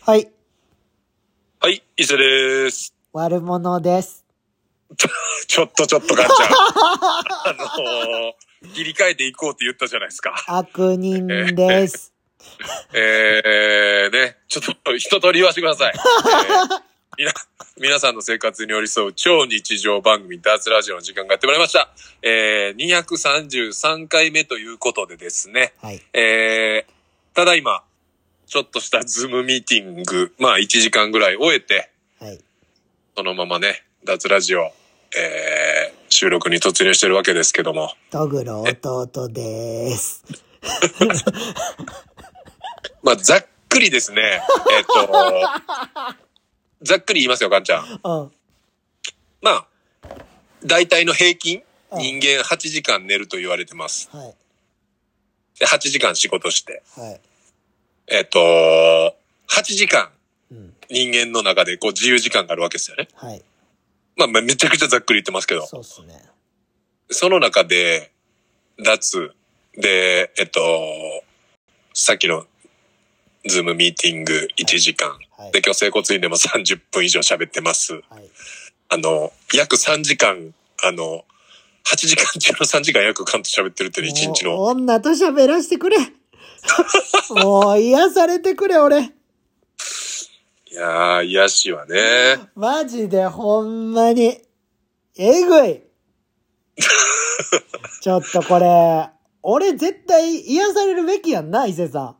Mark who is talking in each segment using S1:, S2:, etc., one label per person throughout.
S1: はい、
S2: はい、伊勢です。
S1: 悪者です。
S2: ちょっとちょっとかんちゃん。あのー切り替えていこうって言ったじゃないですか。
S1: 悪人 です。
S2: えー、ね、ちょっと一通り言わせてください。えーみな皆さんの生活に寄り添う超日常番組、脱ラジオの時間がやってまいりました。えー、233回目ということでですね、
S1: はい。
S2: えー、ただいま、ちょっとしたズームミーティング、まあ1時間ぐらい終えて、
S1: はい。
S2: そのままね、脱ラジオ、えー、収録に突入してるわけですけども、
S1: トグロ弟です。
S2: まあ、ざっくりですね、えっと、 ざっくり言いますよ、かんちゃん。
S1: うん。
S2: まあ、大体の平均、
S1: うん
S2: 人間8時間寝ると言われてます。
S1: はい。
S2: で8時間仕事して、
S1: はい。
S2: えっと、8時間
S1: うん。
S2: 人間の中でこう自由時間があるわけですよね。
S1: はい。
S2: まあ、まあめちゃくちゃざっくり言ってますけど、
S1: そうっすね。
S2: その中で、脱、で、えっと、さっきの、ズームミーティング1時間。
S1: はい
S2: で、。今日整骨院でも30分以上喋ってます。
S1: はい。
S2: あの、約3時間、あの、8時間中の3時間約カンと喋ってるっていう一日
S1: も
S2: の。
S1: う女と喋らせてく れ。もう癒されてくれ、俺。
S2: いやー、癒しはね。
S1: マジでほんまに。えぐ い。ちょっとこれ、俺絶対癒されるべきやんな、伊勢さん。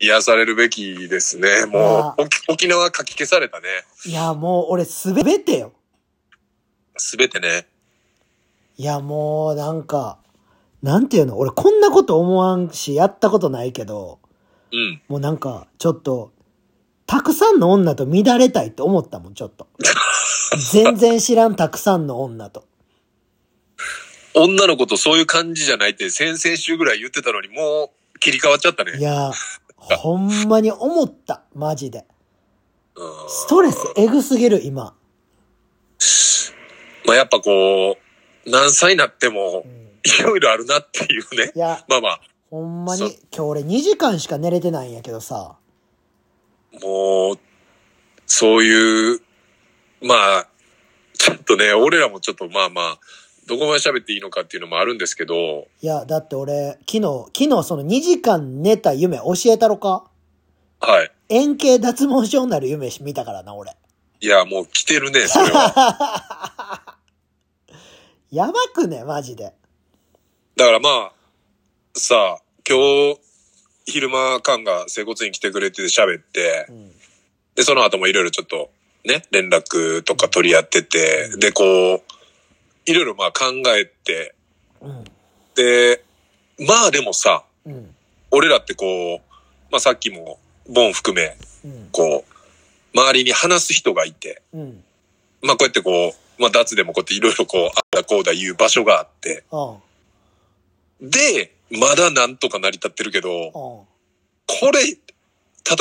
S2: 癒されるべきですね。もう、沖沖縄かき消されたね。
S1: いや、もう俺すべてよ。
S2: すべてね。
S1: いや、もうなんか、なんていうの俺こんなこと思わんし、やったことないけど、
S2: うん。
S1: もうなんか、ちょっと、たくさんの女と乱れたいって思ったもん、ちょっと。 全然知らんたくさんの女と。
S2: 女の子とそういう感じじゃないって先々週ぐらい言ってたのに、もう切り替わっちゃった
S1: い
S2: ね。
S1: や、ほんまに思った、マジで。
S2: うん。
S1: ストレスエグすぎる、今。
S2: まあ、やっぱこう、何歳になっても
S1: う、ん
S2: いろいろあるなっていうね
S1: い。や、
S2: まあまあ、
S1: ほんまに、
S2: そ
S1: 今日俺2時間しか寝れてないんやけどさ。
S2: もう、そういう、まあ、ちょっとね、俺らもちょっとまあまあ、どこまで喋っていいのかっていうのもあるんですけど、
S1: いや、だって俺、昨日、昨日その2時間寝た夢教えたろか
S2: はい。
S1: 円形脱毛症になる夢見たからな、俺。
S2: いや、もう来てるね、それ は。
S1: やばくね、マジで。
S2: だからまあ、さあ、今日、昼間、カンが整骨院来てくれて喋って
S1: う、ん。
S2: で、その後もいろいろちょっと、ね、連絡とか取り合ってて、で、こう、いろいろまあ考えて、
S1: うん。
S2: で、まあでもさ、
S1: うん。
S2: 俺らってこう、まあさっきも、ボン含め、
S1: うん。
S2: こう、周りに話す人がいて、
S1: うん。
S2: まあこうやってこう、まあ脱でもこうやっていろいろこう、ああだこうだ言う場所があって、
S1: うん。
S2: で、まだなんとか成り立ってるけど、こ
S1: うん。
S2: れ、例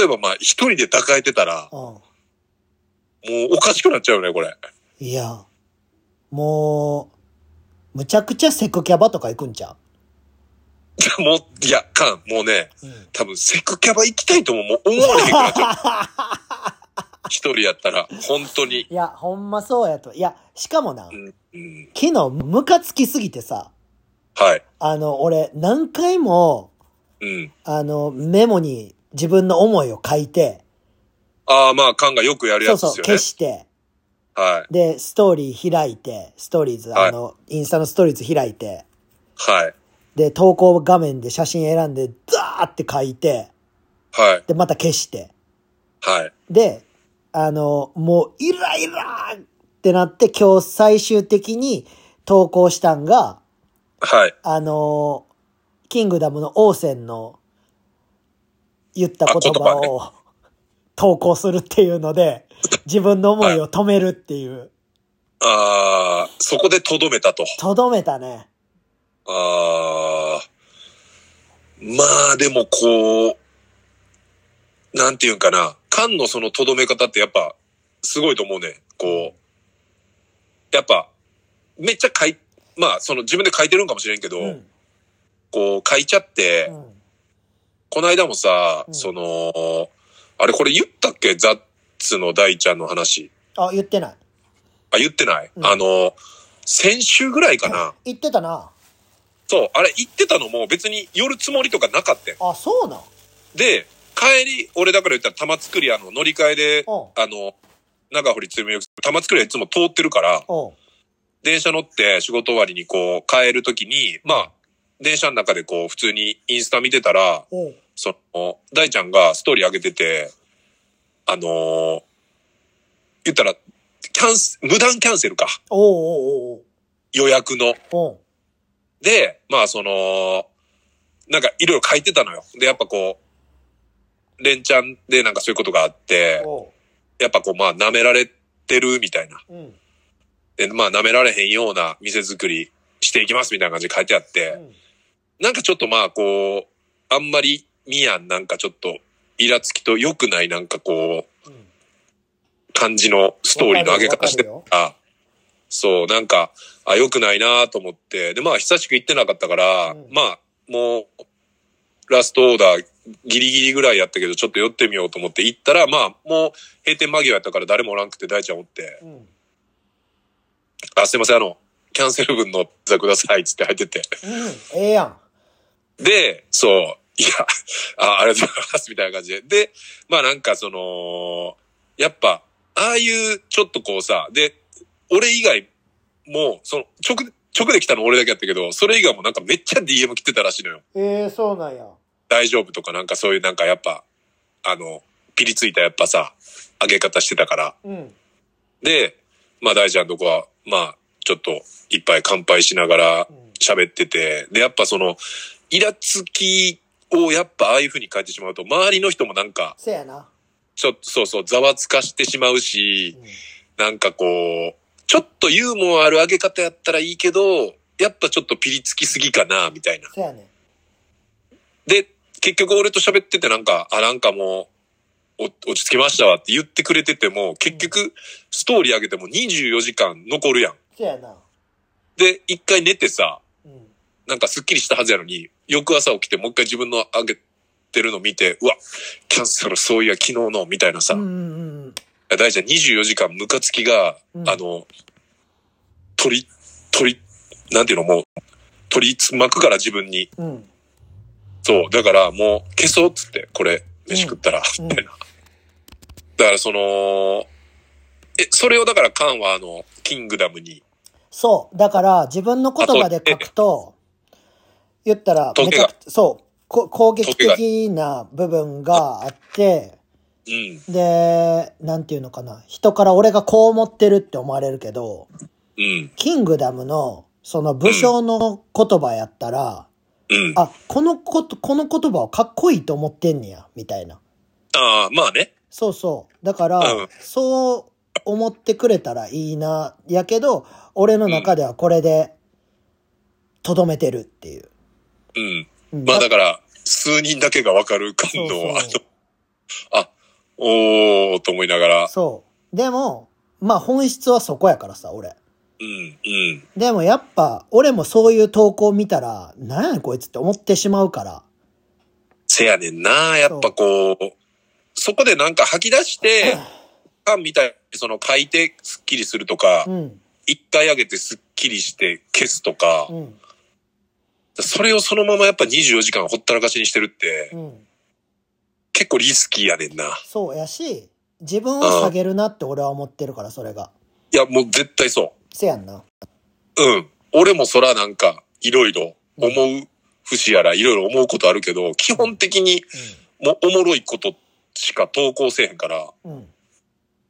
S2: えばまあ一人で抱えてたら、も
S1: うん。
S2: うおかしくなっちゃうよね、これ。
S1: いや、もう、むちゃくちゃセクキャバとか行くんちゃ
S2: いやもう、いや、かん、もうね、
S1: ううん。
S2: 多分セクキャバ行きたいとももう思われへんくなっちゃう。 一人やったら、本当に。
S1: いや、ほんまそうやと。いや、しかもな
S2: う、ん、うん、
S1: 昨日ムカつきすぎてさ、
S2: はい。
S1: あの、俺、何回も、
S2: うん。
S1: あの、メモに自分の思いを書いて、
S2: ああ、まあ、カンがよくやる
S1: そ
S2: や
S1: う
S2: つ
S1: そ
S2: で
S1: う、
S2: すよね。
S1: 消して、
S2: はい。
S1: で、ストーリー開いて、ストーリーズ、
S2: はい
S1: あの、インスタのストーリーズ開いて、
S2: はい。
S1: で、投稿画面で写真選んで、ザーって書いて、
S2: はい。
S1: で、また消して。
S2: はい。
S1: で、あの、もう、イライラーってなって、今日最終的に投稿したんが、
S2: はい。
S1: あの、キングダムの王戦の言った言葉
S2: あ言
S1: を投稿するっていうので、自分の思いを止めるっていう、
S2: ああ、そこでとどめたと。
S1: とどめたね。
S2: ああ、まあでもこう、なんていうんかな、缶のそのとどめ方ってやっぱすごいと思うね。こう、やっぱ、めっちゃ書い、まあその自分で書いてるんかもしれんけど、
S1: うん。
S2: こう書いちゃって、
S1: うん。
S2: この間もさ、
S1: うん
S2: その、あれこれ言ったっけザッツの大ちゃんの話。
S1: あ、言ってない。
S2: あ、言ってない、
S1: うん
S2: あの、先週ぐらいかな。
S1: 言ってたな。
S2: そう、あれ言ってたのも別に寄るつもりとかなかったよ。
S1: あ、そうなん。
S2: で、帰り、俺だから言ったら玉造りあの乗り換えで、
S1: おう
S2: あの、長堀つゆみよく玉造りはいつも通ってるから、
S1: おう
S2: 電車乗って仕事終わりにこう帰るときに、まあ、電車の中でこう普通にインスタ見てたら、
S1: おう
S2: その、大ちゃんがストーリー上げてて、あのー言ったら、キャンセ、無断キャンセルか。
S1: おうおう
S2: 予約の。
S1: おうおう
S2: で、まあその、なんかいろいろ書いてたのよ。で、やっぱこう、連チャンでなんかそういうことがあって、
S1: お
S2: やっぱこうまあ舐められてるみたいな。
S1: ううん
S2: で、まあ舐められへんような店作りしていきますみたいな感じで書いてあって、
S1: うん
S2: なんかちょっとまあこう、あんまりミヤンなんかちょっと、イラつきと良くないなんかこう、
S1: うん
S2: 感じのストーリーの上げ方して
S1: わか
S2: た。そう、なんか、あ、良くないなと思って。で、まあ、久しく行ってなかったから、
S1: うん
S2: まあ、もう、ラストオーダーギリギリぐらいやったけど、ちょっと寄ってみようと思って行ったら、まあ、もう閉店間際やったから誰もおらんくて大ちゃんおって、
S1: うん
S2: あ、すいません、あの、キャンセル分のピザくださいっつって入ってて。
S1: うんええやん
S2: で、そう、いや、あ、ありがとうございます、みたいな感じで。で、まあなんかその、やっぱ、ああいうちょっとこうさ、で、俺以外も、その、直、直で来たの俺だけやったけど、それ以外もなんかめっちゃ DM 来てたらしいのよ。
S1: ええそうなんや
S2: 大丈夫とかなんかそういうなんかやっぱ、あの、ピリついたやっぱさ、上げ方してたから。
S1: うん
S2: で、まあ大ちゃんとこは、まあ、ちょっといっぱい乾杯しながら
S1: うん
S2: 喋ってて、で、やっぱその、イラつきをやっぱああいう風に変えてしまうと、周りの人もなんか、
S1: せやな
S2: ちょっとそうそう、ざわつかしてしまうし
S1: う、ん
S2: なんかこう、ちょっとユーモアある上げ方やったらいいけど、やっぱちょっとピリつきすぎかな、みたいな。
S1: せやね
S2: で、結局俺と喋っててなんか、あ、なんかもう、お落ち着きましたわって言ってくれてても、結局、ストーリー上げても24時間残るやん。
S1: せやな
S2: で、一回寝てさ、
S1: うん
S2: なんかスッキリしたはずやのに、翌朝起きてもう一回自分の上げてるの見て、うわ、キャンセル、そういや、昨日の、みたいなさ、
S1: うんうんうん
S2: 大ちゃん24時間ムカつきが、
S1: うん
S2: あの、取り、取り、なんていうのもう、取り巻くから自分に。
S1: うん
S2: そう、だからもう消そうっつって、これ、飯食ったら、
S1: うん
S2: みたいな。だからその、え、それをだからカンはあの、キングダムに、
S1: そうだから自分の言葉で書くと言ったら
S2: トゲが
S1: めちゃくちゃそうこ攻撃的な部分があって
S2: うん、
S1: でなんていうのかな人から俺がこう思ってるって思われるけど
S2: うん、
S1: キングダムの、その武将の言葉やったら、
S2: うん。あ
S1: あ、このこと、この言葉をかっこいいと思ってんねや、みたいな。
S2: あー、まあね。
S1: そうそう。だから、
S2: うん
S1: そう思ってくれたらいいな、やけど、俺の中ではこれで、とどめてるっていう。
S2: うん。
S1: うん
S2: まあだから、数人だけがわかる感動は、
S1: そうそう
S2: あのあ、おーと思いながら、
S1: そう。でも、まあ本質はそこやからさ、俺。
S2: うん、うん、
S1: でもやっぱ、俺もそういう投稿見たら、なんやねんこいつって思ってしまうから。
S2: せやねんな、やっぱこう、そこでなんか吐き出して、感みたいに、その書いてスッキリするとか
S1: う、ん、
S2: 一回上げてスッキリして消すとか
S1: う、ん、
S2: それをそのままやっぱ24時間ほったらかしにしてるって
S1: う、ん。
S2: 結構リスキーやねんな。
S1: そうやし、自分を下げるなって俺は思ってるから、それが。
S2: いや、もう絶対そ
S1: せやんな。
S2: う。うん。俺もそらなんか、いろいろ思う節やら、いろいろ思うことあるけど、基本的に、もおもろいことしか投稿せえへんから、
S1: うん。うん。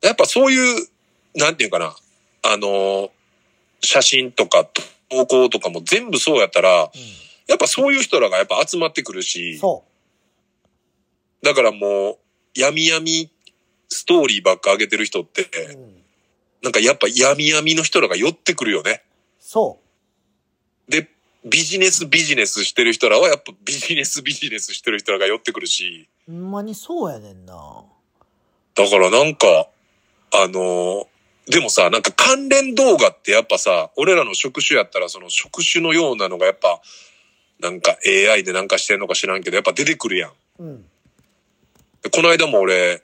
S2: やっぱそういう、なんていうかな、あのー写真とか投稿とかも全部そうやったら、やっぱそういう人らがやっぱ集まってくるし、
S1: そ
S2: だからもう、闇闇ストーリーばっか上げてる人って、
S1: う。うん。
S2: なんかやっぱ闇闇の人らが寄ってくるよね。
S1: そ
S2: で、ビジネスビジネスしてる人らはやっぱビジネスビジネスしてる人らが寄ってくるし、
S1: う。ほんまにそうやねんな。
S2: だからなんか、あのーでもさ、なんか関連動画ってやっぱさ、俺らの職種やったらその職種のようなのがやっぱ、なんか AI でなんかしてんのか知らんけど、やっぱ出てくるやん。
S1: うん。
S2: でこの間も俺、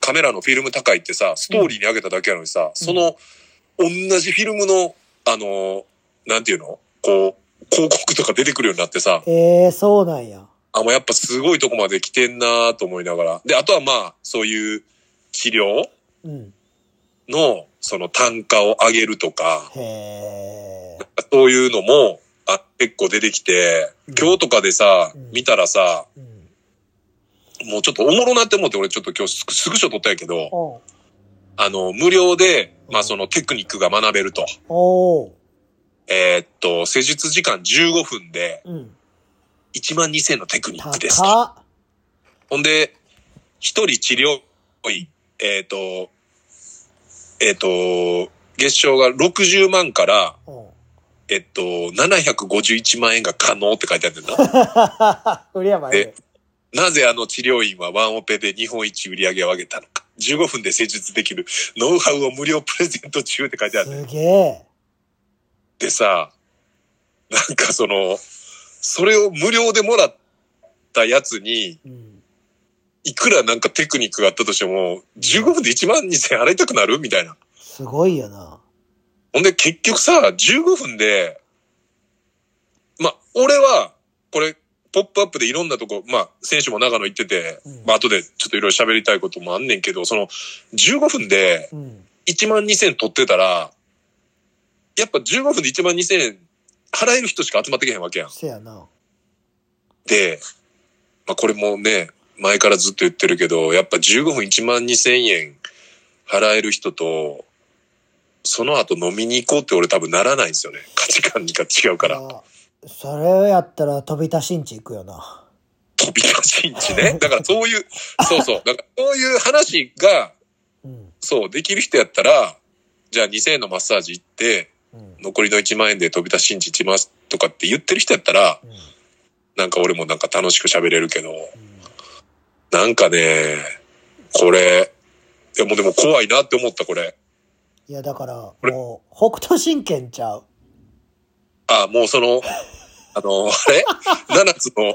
S2: カメラのフィルム高いってさ、ストーリーに上げただけなのにさ、その、同じフィルムの、あの、なんていうのこう、広告とか出てくるようになってさ、
S1: ええそうなんや。
S2: あ、もうやっぱすごいとこまで来てんなと思いながら。で、あとはまあ、そういう治療
S1: うん。
S2: の、その単価を上げるとか、
S1: へえ。
S2: そういうのも、あ、結構出てきて
S1: うん、
S2: 今日とかでさ、
S1: うん
S2: 見たらさ、
S1: うん。
S2: もうちょっとおもろなって思って、俺ちょっと今日スクスクショ撮ったんやけど、
S1: おう
S2: あの、無料で、まあそのテクニックが学べると。
S1: おう。
S2: えーっと、施術時間15分で、
S1: うん。
S2: 1万2000のテクニックですと。
S1: 高っ。
S2: ほんで、一人治療医、えっ、と、えっ、と、月賞が60万から、
S1: おう
S2: えっと、751万円が可能って書いてあるんだよな。
S1: 売りやばいね。
S2: なぜあの治療院はワンオペで日本一売り上げを上げたのか。15分で施術できるノウハウを無料プレゼント中って書いてあるんだよ。
S1: すげえ。
S2: でさ、なんかその、それを無料でもらったやつに、
S1: うん。
S2: いくらなんかテクニックがあったとしても、15分で1万2000円払いたくなるみたいな。
S1: すごいよな。
S2: ほんで結局さ、15分で、まあ、俺は、これ、ポップアップでいろんなとこ、まあ、選手も長野行ってて、
S1: うん
S2: まあ、後でちょっといろいろ喋りたいこともあんねんけど、その、15分で
S1: うん。
S2: 1万2000取ってたら、やっぱ15分で1万2000払える人しか集まってけへんわけやん。
S1: せやな。
S2: で、まあ、これもね、前からずっと言ってるけど、やっぱ15分1万2000円払える人と、その後飲みに行こうって俺多分ならないんですよね。価値観が違うから。
S1: あそれやったら飛び出しんち行くよな。
S2: 飛び出しんちね。だからそういう、そうそう。だからそういう話が、
S1: うん。
S2: そう、できる人やったら、じゃあ2000円のマッサージ行って、
S1: うん。
S2: 残りの1万円で飛び出しんち行きますとかって言ってる人やったら、
S1: うん。
S2: なんか俺もなんか楽しく喋れるけど、
S1: うん
S2: なんかね、これ、いやもうでも怖いなって思った、これ。
S1: いや、だから、
S2: れ
S1: もう、北斗神拳ちゃう。
S2: あ、もうその、あの、あれ ?7 つの、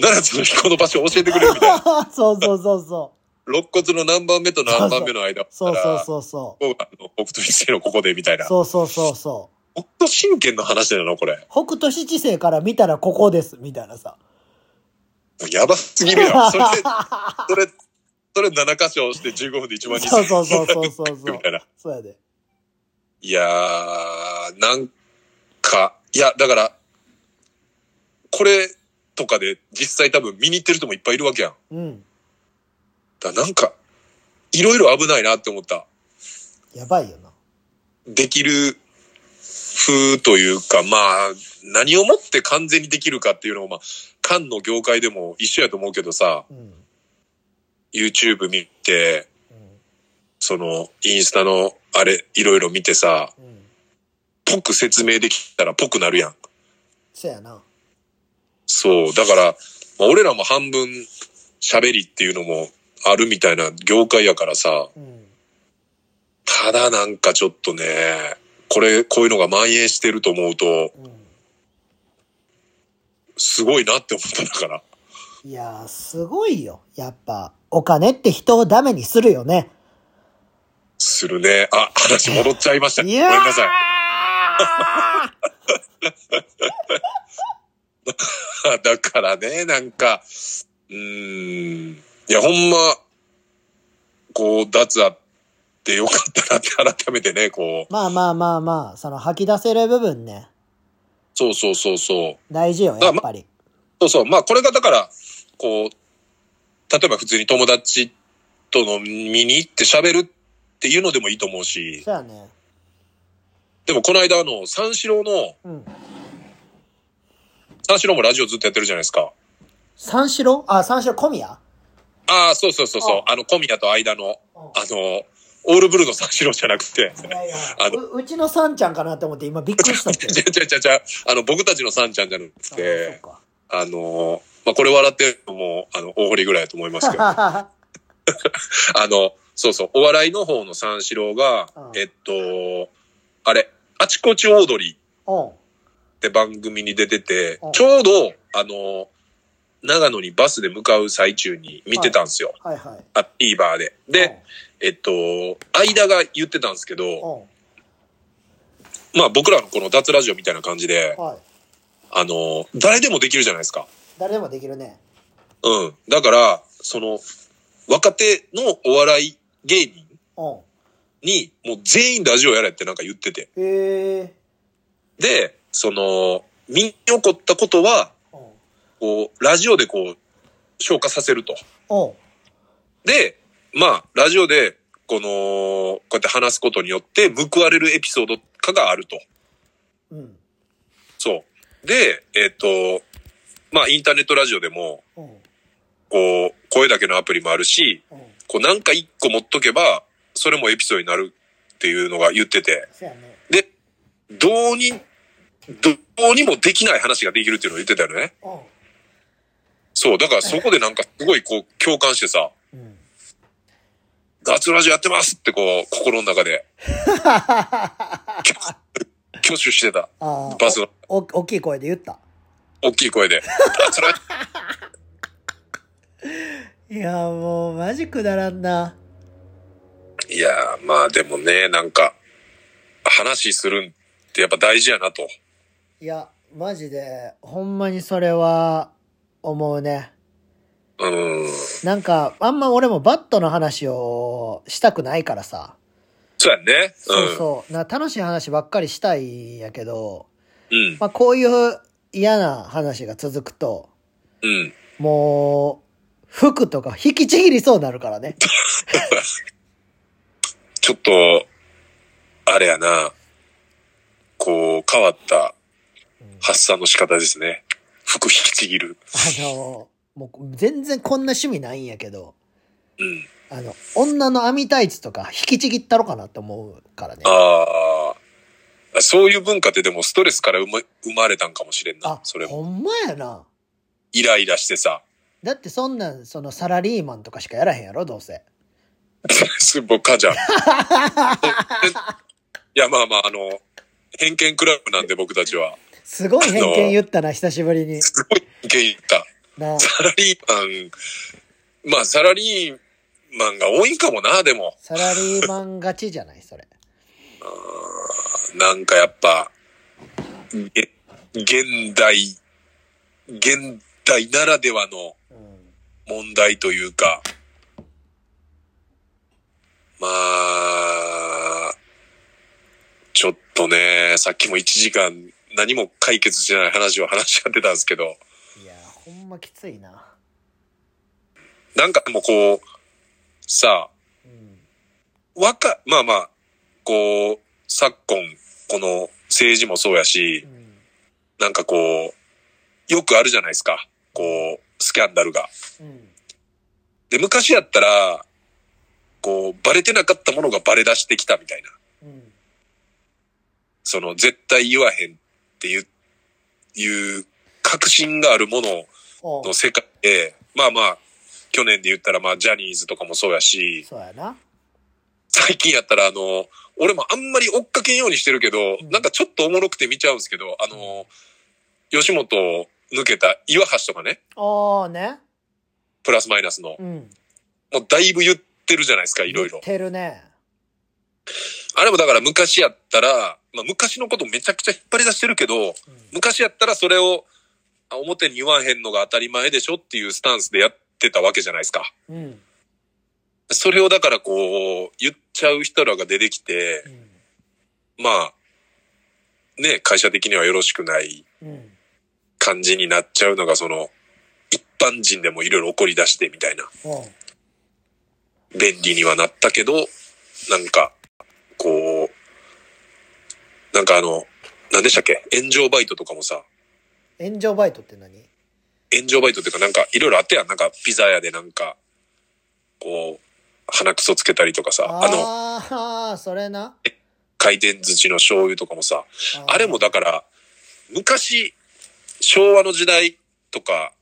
S2: 7つの飛行の場所を教えてくれるみたいな。
S1: そうそうそうそう。
S2: 肋骨の何番目と何番目の間だった
S1: そうそう
S2: ら、
S1: そうそ。
S2: ここがあの北斗七星のここでみたいうな。
S1: そうそうそうそう。
S2: 北斗神拳の話なのこれ。
S1: 北斗七星から見たらここです、みたいなさ。
S2: やばすぎるや ん。それ、それ、それ7箇所押して15分で1万2000
S1: そうそうそうそうそうそう
S2: みたいな。
S1: そうやで。
S2: いやー、なんか、いや、だから、これとかで実際多分見に行ってる人もいっぱいいるわけやん。
S1: うん。
S2: だからなんか、いろいろ危ないなって思った。
S1: やばいよな。
S2: できる風というか、まあ、何をもって完全にできるかっていうのも、まあ、缶の業界でも一緒やと思うけどさ、
S1: うん。うん。
S2: YouTube 見て、その、インスタのあれ、いろいろ見てさ、
S1: うん。
S2: ぽく説明できたらぽくなるやん。
S1: そうやな。
S2: そう。だから、まあ俺らも半分喋りっていうのもあるみたいな業界やからさ、
S1: うん。
S2: ただなんかちょっとね、これ、こういうのが蔓延してると思うと、
S1: うん。
S2: すごいなって思ったんだから。
S1: いやー、すごいよ。やっぱ、お金って人をダメにするよね。
S2: するね。あ、話戻っちゃいま した。ご
S1: い
S2: めん
S1: やー
S2: なさい。だからね、なんか、うーん。いや、ほんま、こう、脱あってよかったなって改めてね、こう。
S1: まあまあまあまあ、その吐き出せる部分ね、
S2: そうそうそうそう。
S1: 大事よ、やっぱり。
S2: そうそう。まあ、これがだから、こう、例えば普通に友達と飲みに行って喋るっていうのでもいいと思うし、
S1: そうやね。
S2: でもこの間、あの、三四郎の、
S1: うん。
S2: 三四郎もラジオずっとやってるじゃないですか。
S1: 三四郎あ、三四郎小宮
S2: ああ、そうそうそうそう。あの、小宮と間の、
S1: うん
S2: あの、オールブルの三四郎じゃなくて、
S1: いやいや
S2: あの
S1: ううちのさんちゃんかなって思って今びっくりした って。
S2: じゃじゃじゃじゃあの、僕たちの三ちゃんじゃなく
S1: あ
S2: て、あの、まあ、これ笑ってるのも、あの、大堀ぐらいだと思います
S1: そ
S2: け
S1: う
S2: ど、あ
S1: か。
S2: の、そうそう、お笑いの方の三四郎が
S1: うん、
S2: えっと、あれ、あちこちオードリー、
S1: おう
S2: って番組に出てて
S1: うん、
S2: ちょうど、あの、長野にバスで向かう最中に見てたんですよ。
S1: はいはい。
S2: あ、イーバーで。で、えっと、間が言ってたんですけ
S1: うん、
S2: ど、
S1: うん
S2: まあ僕らのこの脱ラジオみたいな感じで、
S1: はい。
S2: あの、誰でもできるじゃないですか。
S1: 誰でもできるね。
S2: うん。だから、その、若手のお笑い芸人
S1: うん。
S2: に、もう全員ラジオやれってなんか言ってて。
S1: へえ。
S2: で、その、身に起こったことは、
S1: うん。
S2: こう、ラジオでこう、消化させると。
S1: うん。
S2: で、まあ、ラジオで、この、こうやって話すことによって、報われるエピソードかがあると。
S1: うん。
S2: そう。で、えっ、と、まあ、インターネットラジオでも、
S1: うん。
S2: こう、声だけのアプリもあるし、
S1: うん。
S2: こう、なんか一個持っとけば、それもエピソードになるっていうのが言ってて、
S1: そやね。
S2: で、どうに、どうにもできない話ができるっていうのを言ってたよね。
S1: うん。
S2: そう、だからそこでなんかすごいこう、共感してさ、
S1: うん。
S2: 脱ラジオやってますってこう、心の中で、 挙手してた。
S1: ああ。
S2: バスの
S1: おお大きい声で言った。
S2: 大きい声で。脱ラジ
S1: いやーもうマジくだらんな。
S2: いやー、まあでもね、なんか、話するんってやっぱ大事やなと。
S1: いや、マジで、ほんまにそれは、思うね。
S2: うーん。
S1: なんか、あんま俺もバットの話をしたくないからさ。
S2: そうやね。
S1: そうそう。な楽しい話ばっかりしたいんやけど、
S2: うん。
S1: まあこういう嫌な話が続くと、
S2: うん。うん。
S1: もう、服とか引きちぎりそうになるから ね。
S2: ちょっと、あれやな、こう、変わった発散の仕方ですね。服引きちぎる。
S1: あの、もう全然こんな趣味ないんやけど、
S2: うん。
S1: あの、女の網タイツとか引きちぎったろかなって思うからね。
S2: ああ。そういう文化ってでもストレスから生ま生まれたんかもしれんな
S1: あ。、
S2: それも。
S1: ほんまやな。
S2: イライラしてさ。
S1: だってそんなん、そのサラリーマンとかしかやらへんやろ、どうせ。
S2: すぼかじゃん。え いや、まあまあ、あの、偏見クラブなんで僕たちは。
S1: すごい偏見言ったな、久しぶりに。
S2: すごい偏見言った。
S1: なあ
S2: サラリーマン、まあサラリーマンが多いんかもな、でも。
S1: サラリーマン勝ちじゃない、それ。
S2: なんかやっぱ、げ現代、現代ならではの
S1: うん。
S2: 問題というか、まあ、ちょっとね、さっきも1時間何も解決しない話を話し合ってたんですけど、
S1: いや、ほんまきついな。
S2: なんかもうこう、さあ、
S1: うん。
S2: 若、まあまあ、こう、昨今、この政治もそうや
S1: う
S2: し、
S1: ん。
S2: なんかこう、よくあるじゃないですか。こう、スキャンダルが。
S1: うん。
S2: で、昔やったら、こう、バレてなかったものがバレ出してきたみたいな。
S1: うん。
S2: その、絶対言わへんっていう、いう確信があるもの
S1: おう
S2: の世界で、まあまあ、去年で言ったら、まあ、ジャニーズとかもそうやし、
S1: そうやな。
S2: 最近やったらあの、俺もあんまり追っかけんようにしてるけど、
S1: うん
S2: なんかちょっとおもろくて見ちゃうんですけど、あの、吉本を抜けた岩橋とかね、
S1: おーね。
S2: プラスマイナスの、
S1: うん。
S2: もうだいぶ言ってるじゃないですか、いろい
S1: 言
S2: ろ
S1: っ。てるね。
S2: あれもだから昔やったら、まあ昔のことめちゃくちゃ引っ張り出してるけど、
S1: うん
S2: 昔やったらそれをあ表に言わへんのが当たり前でしょっていうスタンスでやってたわけじゃないですか。
S1: うん。
S2: それをだからこう、言っちゃう人らが出てきて
S1: う、ん。
S2: まあ、ね、会社的にはよろしくない
S1: うん。
S2: 感じになっちゃうのがその一般人でもいろいろ起こり出してみたいな
S1: おう
S2: 便利にはなったけどなんかこうなんかあの何でしたっけ炎上バイトとかもさ
S1: 炎上バイトって何
S2: 炎上バイトっていうかなんかいろいろあったやんなんかピザ屋でなんかこう鼻くそつけたりとかさあの
S1: ああー、それな。
S2: 回転寿司の醤油とかもさ
S1: ー
S2: あれもだから昔昭和の時代とか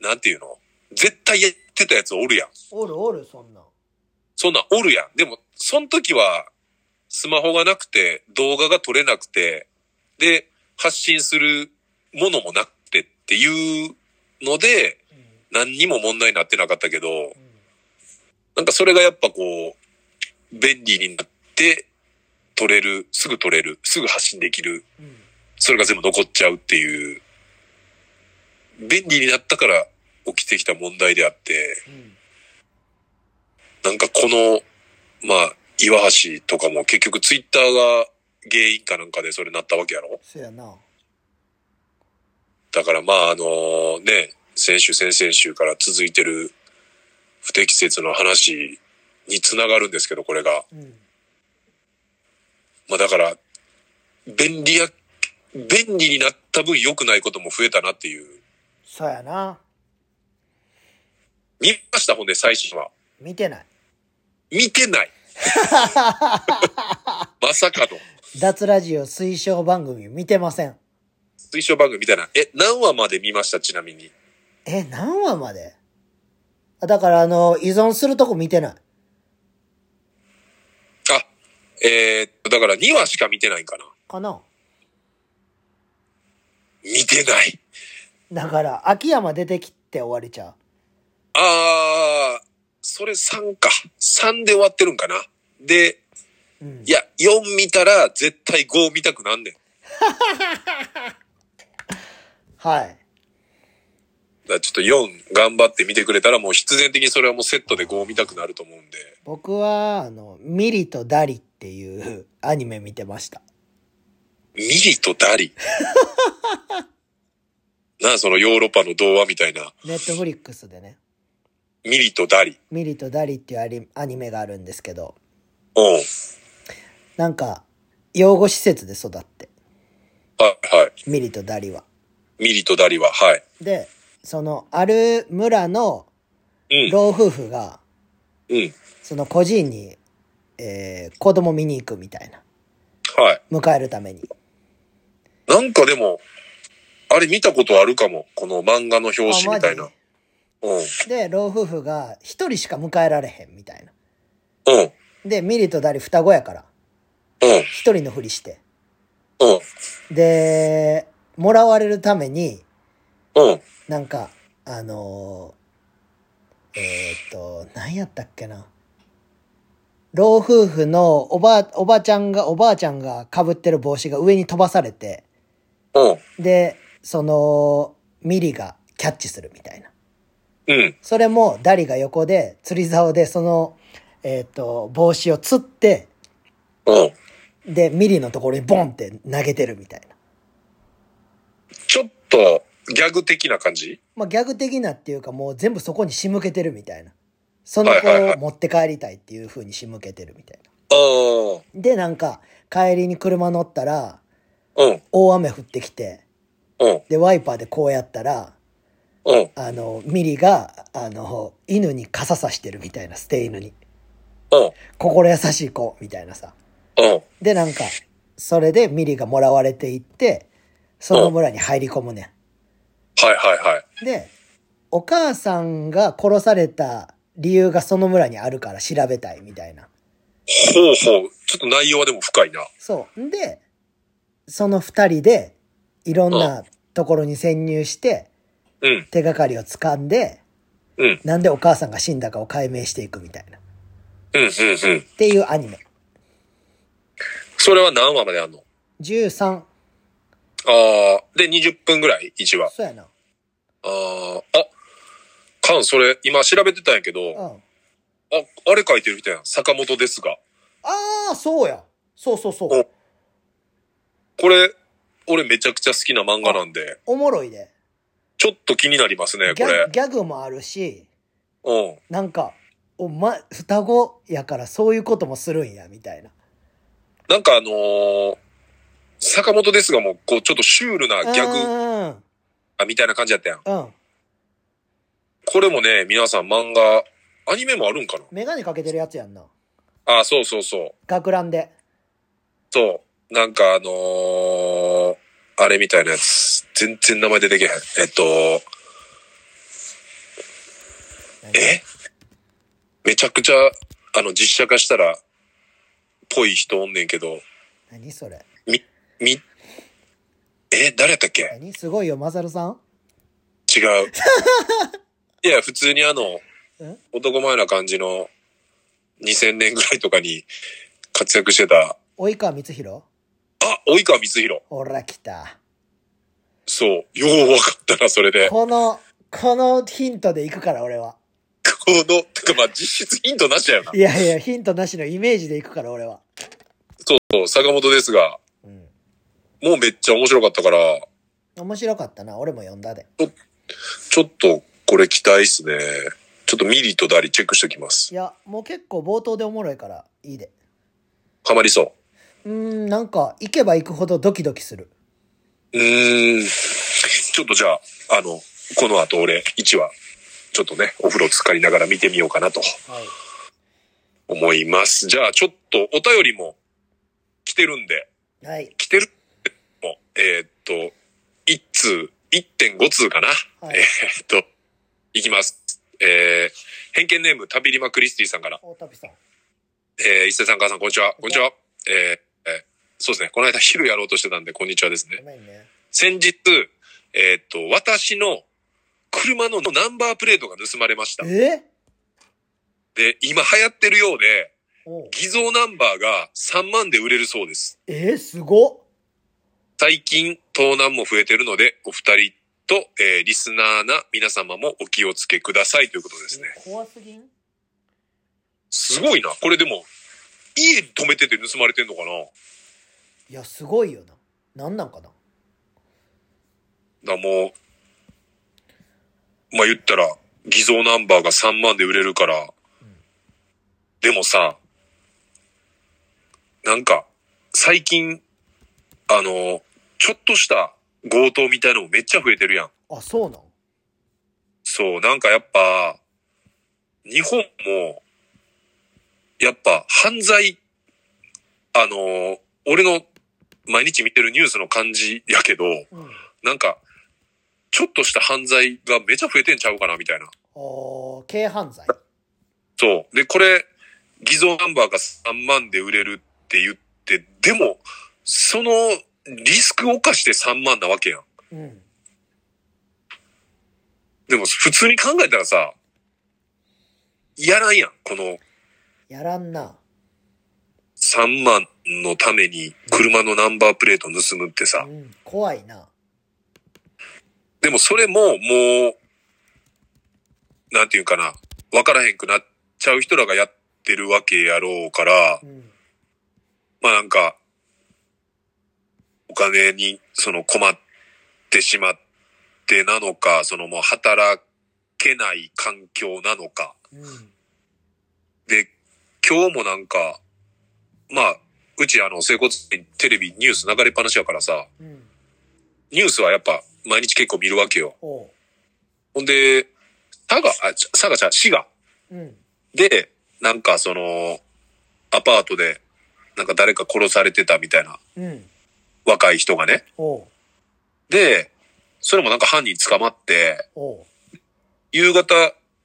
S2: なんていうの絶対やってたやつおるやん
S1: おるおる、そんなん。
S2: そんなんおるやん。でも、その時は、スマホがなくて、動画が撮れなくて、で、発信するものもなくてっていうので、
S1: うん
S2: 何にも問題になってなかったけど、なんかそれがやっぱこう、便利になって、取れる、すぐ取れる、すぐ発信できる、
S1: うん
S2: それが全部残っちゃうっていう、便利になったから起きてきた問題であって、
S1: うん
S2: なんかこの、まあ、岩橋とかも結局ツイッターが原因かなんかでそれなったわけやろ
S1: そやな
S2: だからまああのね、先週先々週から続いてる不適切な話につながるんですけど、これが。
S1: うん
S2: まあだから、便利や、便利になった分良くないことも増えたなっていう。
S1: そやな
S2: 見ましたほんで最新は。
S1: 見てない
S2: 見てないまさかの。
S1: 脱ラジオ推奨番組見てません
S2: 推奨番組みたいな。え、何話まで見ましたちなみに。
S1: え何話まであだからあの依存するとこ見てない
S2: あ、えー、だから2話しか見てないんかな。
S1: かな
S2: 見てない。
S1: だから秋山出てきて終わりちゃう
S2: あー、それ3か。3で終わってるんかな。で、
S1: うん
S2: いや、4見たら絶対5見たくなんねん。
S1: はい
S2: だからちょっと4頑張って見てくれたらもう必然的にそれはもうセットで5見たくなると思うんで。
S1: 僕はあのミリとダリっていう アニメ見てました
S2: ミリと ダリ。なあ、そのヨーロッパの童話みたいな。
S1: ネットフリックスでね
S2: ミリとダリ。
S1: ミリとダリっていうアリアニメがあるんですけど
S2: うん。はい
S1: なんか養護施設で育って
S2: はい。
S1: ミリとダリは
S2: ミリとダリは、はい。
S1: でそのある村の
S2: うん。
S1: 老夫婦が
S2: うん。
S1: その孤児院に、えー子供見に行くみたいな
S2: はい。
S1: 迎えるために
S2: なんかでも、あれ見たことあるかも。この漫画の表紙みたいな。うん。うん。
S1: で老夫婦が一人しか迎えられへんみたいな
S2: うん。
S1: でミリとダリ双子やから
S2: うん。
S1: 一人のふりして
S2: うん。
S1: でもらわれるために
S2: うん。
S1: なんかあのーえーっと何やったっけな老夫婦のおばあおばあちゃんがおばあちゃんがかぶってる帽子が上に飛ばされて
S2: うん。
S1: でそのミリがキャッチするみたいな
S2: うん。
S1: それもダリが横で釣り竿でそのえーっと帽子を釣って
S2: うん。
S1: でミリのところにボンって投げてるみたいな
S2: ちょっと、ギャグ的な感じ
S1: まあ、ギャグ的なっていうかもう全部そこに仕向けてるみたいなその子
S2: はいはいは
S1: を
S2: い
S1: 持って帰りたいっていう風に仕向けてるみたいな
S2: ああ。
S1: でなんか帰りに車乗ったら
S2: うん。
S1: 大雨降ってきて
S2: うん。
S1: でワイパーでこうやったら
S2: うん。
S1: あのミリがあの犬に傘さしてるみたいな捨て犬に
S2: うん。
S1: 心優しい子みたいなさ
S2: うん。
S1: でなんかそれでミリがもらわれていってその村に入り込むね
S2: はいはいはい。
S1: んでお母さんが殺された理由がその村にあるから調べたいみたいな
S2: ほうほう。ちょっと内容はでも深いな。
S1: そうんでその二人でいろんなところに潜入して
S2: うん。
S1: 手がかりを掴んで
S2: うん。
S1: なんでお母さんが死んだかを解明していくみたいなっ
S2: うん。うん。うん。
S1: ていうアニメ
S2: それは何話まであんの
S1: 13
S2: ああ。で、20分ぐらい ?1 話。
S1: そうやな
S2: ああ。あ、カン、それ、今調べてたんやけ
S1: うん
S2: ど、
S1: あ
S2: あ、あれ書いてる人やん。坂本ですが。
S1: あーそうやそうそうそう
S2: おこれ、俺めちゃくちゃ好きな漫画なんで、
S1: おもろいで
S2: ちょっと気になりますね、
S1: ギ
S2: これ
S1: ャ。ギャグもあるし
S2: うん。
S1: なんかお、ま、双子やからそういうこともするんやみたいな
S2: なんかあのー坂本ですがもう、こう、ちょっとシュールなギャグ
S1: グ
S2: あみたいな感じやったやん。
S1: うんうん
S2: これもね、皆さん漫画、アニメもあるんかな
S1: 眼鏡かけてるやつやんな
S2: ああ、そうそうそう。
S1: 学ランで
S2: そう。なんかあのーあれみたいなやつ。全然名前出てけへん。えっと、えめちゃくちゃ、あの、実写化したら、ぽい人おんねんけど、
S1: 何それ
S2: み、み、え、誰やったっけ
S1: 何すごいよマサルさん
S2: 違う。いや、普通にあの
S1: ん、
S2: 男前な感じの2000年ぐらいとかに活躍してた、
S1: 及川光弘
S2: あ、及川光弘。
S1: ほら来た。
S2: そう。よう分かったな、それで。
S1: こ
S2: こ
S1: の、このヒントで行くから、俺は。
S2: の、てかまあ実質ヒントなしだよな。
S1: いやいや、ヒントなしのイメージで行くから、俺は。
S2: そうそう、坂本ですが、
S1: うん。
S2: もうめっちゃ面白かったから、
S1: 面白かったな。俺も読んだで。
S2: ちょっとこれ期待っすね。ちょっとミリとダリチェックしておきます
S1: い。や、もう結構冒頭でおもろいから、いいで。
S2: ハマりそう
S1: ーん、なんか、行けば行くほどドキドキする。
S2: う。うーん。ちょっとじゃあ、あの、この後俺1話、ちょっとね、お風呂浸かりながら見てみようかなと
S1: はい。
S2: 思います。じゃあちょっとお便りも来てるんで、
S1: はい。
S2: 来てるもうえーっと、1通、1.5通かな。
S1: はい
S2: えーっと、いきます。えー、偏見ネーム、タビリマ・クリスティさんから。
S1: 大旅さん。
S2: えー、伊勢さん、母さん、こんにちは。こんにちは。えーえーそうですね。この間昼やろうとしてたんで、こんにちはです
S1: ご
S2: ね。
S1: めんね。
S2: 先日、えーっと、私の車のナンバープレートが盗まれました。
S1: え
S2: で、今流行ってるようで、
S1: おう
S2: 偽造ナンバーが3万で売れるそうです。
S1: えすごっ
S2: 最近、盗難も増えてるので、お二人と、えーリスナーな皆様もお気をつけくださいということですね。
S1: え怖すぎん
S2: すごいな。これでも、家に止めてて盗まれてんのかなだか
S1: いや、すごいよな。なんなんかな
S2: らもう、まあ、言ったら、偽造ナンバーが3万で売れるから、でもさ、なんか、最近、あの、ちょっとした強盗みたいのもめっちゃ増えてるやん。
S1: あ、そうなん
S2: そう、なんかやっぱ、日本も、やっぱ犯罪、あのー俺の毎日見てるニュースの感じやけど、
S1: うん。あ
S2: なんか、ちょっとした犯罪がめちゃ増えてんちゃうかな、みたいな。
S1: ー、軽犯罪。
S2: そう。で、これ、偽造ナンバーが3万で売れるって言って、でも、そのリスクを犯して3万なわけやん。
S1: うん。
S2: でも、普通に考えたらさ、やらんやん、この
S1: やらんな。
S2: 3万のために車のナンバープレート盗むってさ
S1: う。ん。怖いな。
S2: でもそれももう、なんていうんかな、わからへんくなっちゃう人らがやってるわけやろうから
S1: う、ん。
S2: まあなんか、お金にその困ってしまってなのか、そのもう働けない環境なのか。
S1: うん。
S2: で、今日もなんか、まあ、うちあの、整骨院テレビニュース流れっぱなしやからさ、
S1: うん。
S2: ニュースはやっぱ毎日結構見るわけよ。
S1: おう。
S2: ほんで、佐賀、あ、ち佐賀じゃん、滋賀
S1: うん。
S2: で、なんかその、アパートで、なんか誰か殺されてたみたいな、
S1: うん。
S2: 若い人がね。
S1: おう。
S2: で、それもなんか犯人捕まって、
S1: おう。
S2: 夕方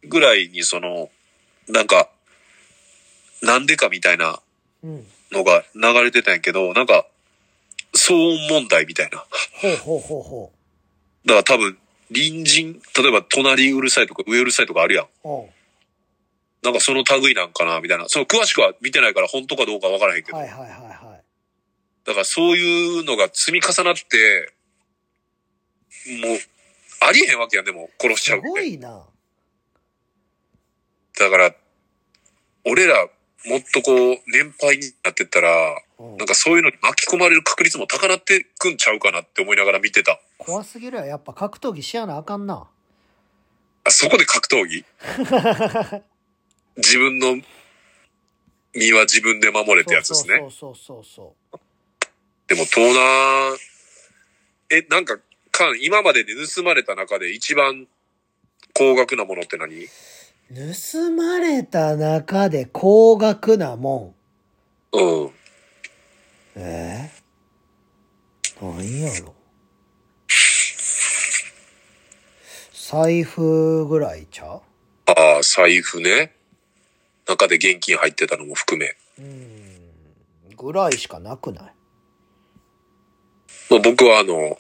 S2: ぐらいにその、なんか、なんでかみたいな
S1: うん。
S2: のが流れてたんやけど、なんか、騒音問題みたいな。
S1: ほうほうほうほう。
S2: だから多分、隣人、例えば隣うるさいとか上うるさいとかあるやん。
S1: おう。
S2: なんかその類なんかな、みたいな。その詳しくは見てないから本当かどうかわからへんけど。
S1: はいはいはいはい。
S2: だからそういうのが積み重なって、もう、ありえへんわけやん、でも、殺しち
S1: す
S2: ゃうって
S1: ごいな。
S2: だから、俺ら、もっとこう、年配になってったら、
S1: うん
S2: なんかそういうのに巻き込まれる確率も高なってくんちゃうかなって思いながら見てた。
S1: 怖すぎるよ。やっぱ格闘技しやなあかんな。
S2: あ、そこで格闘技自分の身は自分で守れってやつですね。
S1: そうそうそうそ
S2: でも盗難、え、なんか、かん、今までで盗まれた中で一番高額なものって何
S1: うそう。盗まれた中で高額なもん。
S2: うん。
S1: えー、なんやろ財布ぐらいちゃ
S2: ああ、財布ね。中で現金入ってたのも含め。
S1: ううんぐらいしかなくない
S2: まあ、僕はあの、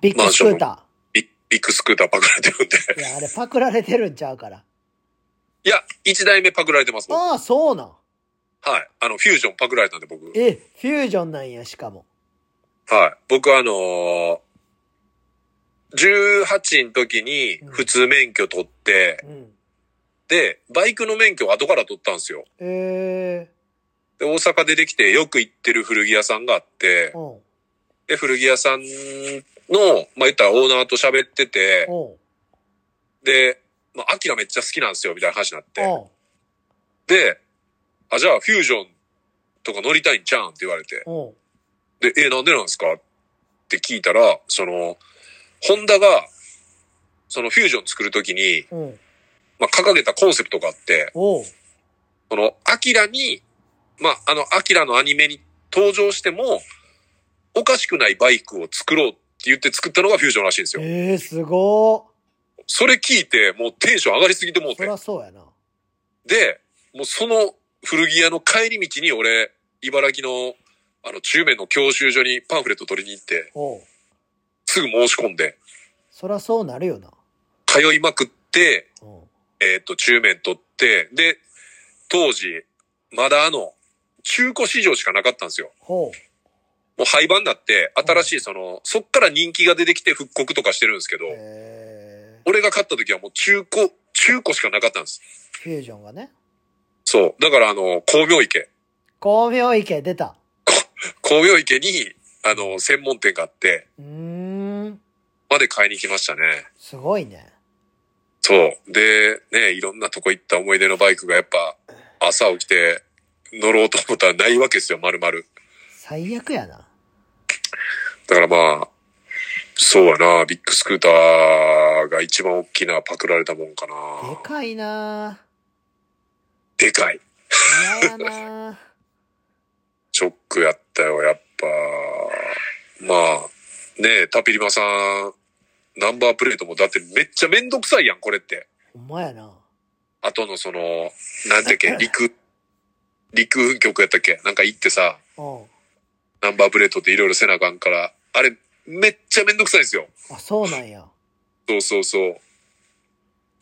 S1: ビッグスクータ
S2: ビッビッグスクーターパクられてるんで。
S1: いや、あれパクられてるんちゃうから。
S2: いや、一台目パクられてますもん。
S1: ああ、そうなん。
S2: はい。あの、フュージョンパクられたんで、僕。
S1: え、フュージョンなんや、しかも。
S2: はい。僕あのー、18の時に普通免許取って、
S1: うん。
S2: で、バイクの免許を後から取ったんですよ。
S1: え
S2: で、大阪出てきてよく行ってる古着屋さんがあって
S1: ー、、うん。
S2: で、古着屋さんの、まあ、言ったらオーナーと喋ってて、
S1: うん。
S2: で、まあ、アキラめっちゃ好きなんですよ、みたいな話になって。
S1: う
S2: で、あ、じゃあフュージョンとか乗りたいんちゃうんって言われて、
S1: ん。うん。
S2: で、え、なんでなんですかって聞いたら、その、ホンダが、そのフュージョン作るときに、
S1: うん。
S2: まあ、掲げたコンセプトがあって、
S1: おう。
S2: その、アキラに、まあ、あの、アキラのアニメに登場しても、おかしくないバイクを作ろうって言って作ったのがフュージョンらしいんですよ。
S1: ええー、すご
S2: それ聞いて、もうテンション上がりすぎてもう
S1: ー。そ
S2: て
S1: り。ゃそうやな。
S2: で、もうその古着屋の帰り道に俺、茨城の、あの、中面の教習所にパンフレット取りに行って、
S1: おう。
S2: すぐ申し込んで、
S1: そりゃそうなるよな。
S2: 通いまくって、
S1: うん。
S2: えっ、と、中面取って、で、当時、まだあの、中古市場しかなかったんですよ。
S1: ほ
S2: もう廃盤になって、新しいその、そっから人気が出てきて復刻とかしてるんですけど
S1: う。、え
S2: 俺が買った時はもう中古、中古しかなかったんです。
S1: ー、フュージョンがね。
S2: そう。だからあの、工業池。
S1: 光明池出た。
S2: 工業池に、あの、専門店があって、
S1: うーん。
S2: まで買いに来ましたね。
S1: すごいね。
S2: そう。で、ね、いろんなとこ行った思い出のバイクがやっぱ、朝起きて乗ろうと思ったらないわけですよ、丸々。
S1: 最悪やな。
S2: だからまあ、そうやな、ビッグスクーターが一番大きなパクられたもんかな。
S1: でかいな
S2: でかい。
S1: ぁ。嫌やなぁ。
S2: ショックやったよ、やっぱ。まあ、ねえ、タピリマさん、ナンバープレートも、だってめっちゃめんどくさいやん、これって。
S1: ほんまやな
S2: あとのその、なんてっけ、陸、陸運局やったっけなんか行ってさ、
S1: うん。
S2: ナンバープレートっていろいろせなあかんから、あれ、めっちゃめんどくさいんですよ。
S1: あ、そうなんや。
S2: そうそうそう。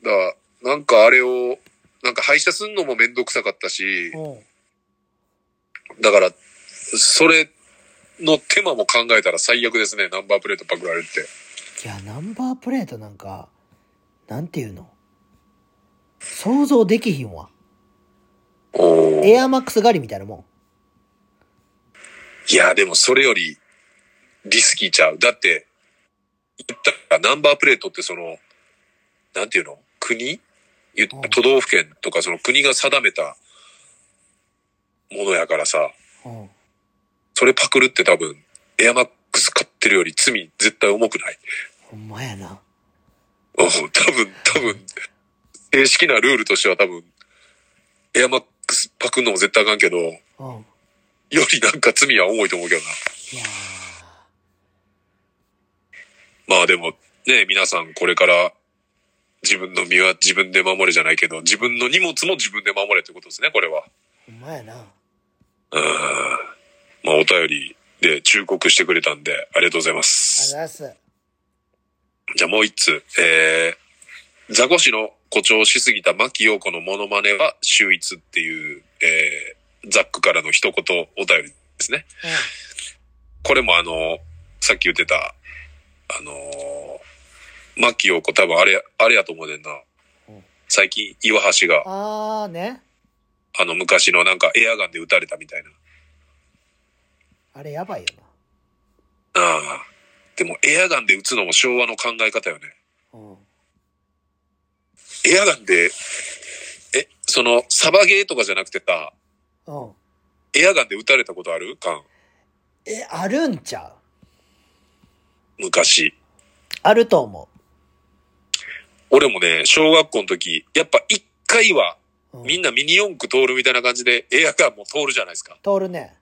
S2: だから、なんかあれを、なんか廃車すんのもめんどくさかったし
S1: う、ん。
S2: だから、それの手間も考えたら最悪ですね、ナンバープレートパクられるって。
S1: いや、ナンバープレートなんか、なんていうの想像できひんわ。
S2: おー
S1: エアマックス狩りみたいなもん。
S2: いや、でもそれよりリスキーちゃう。だって、言ったらナンバープレートってその、なんていうの国言った
S1: うん
S2: 都道府県とかその国が定めたものやからさ、
S1: うん。
S2: それパクるって多分、エアマックス買ってるより罪絶対重くない。
S1: ほんまやな。
S2: うん 多分、多分、正式なルールとしては多分、エアマックスパクんのも絶対あかんけど、よ
S1: うん。い
S2: りなんか罪は重いと思うけどな。
S1: や
S2: まあでも、ね、皆さんこれから自分の身は自分で守れじゃないけど、自分の荷物も自分で守れってことですね、これは。
S1: ー、ほんまやな。
S2: うん。まあお便りで忠告してくれたんで、ありがとうございま
S1: あ
S2: す。
S1: ざっす。
S2: じゃあもう一通。えー、ザコシの誇張しすぎた牧陽子のモノマネは秀逸っていう、えー、ザックからの一言お便りですね。これもあの、さっき言ってた、あのー、マキヨコ多分あれ、あれやと思うねんな
S1: うん。
S2: 最近、岩橋が、
S1: あーね。
S2: あの昔のなんかエアガンで撃たれたみたいな。
S1: あれやばいよ
S2: ああ。でもエアガンで撃つのも昭和の考え方よね。
S1: な。うん。
S2: エアガンで、え、その、サバゲーとかじゃなくてさ、
S1: うん。
S2: エアガンで撃たれたことあるかん。
S1: え、あるんちゃう
S2: 昔。
S1: あると思
S2: 俺もね、小学校の時、やっぱ一回は、
S1: う。うん、
S2: みんなミニ四駆通るみたいな感じで、エアガンも通るじゃないですか。
S1: 通るね。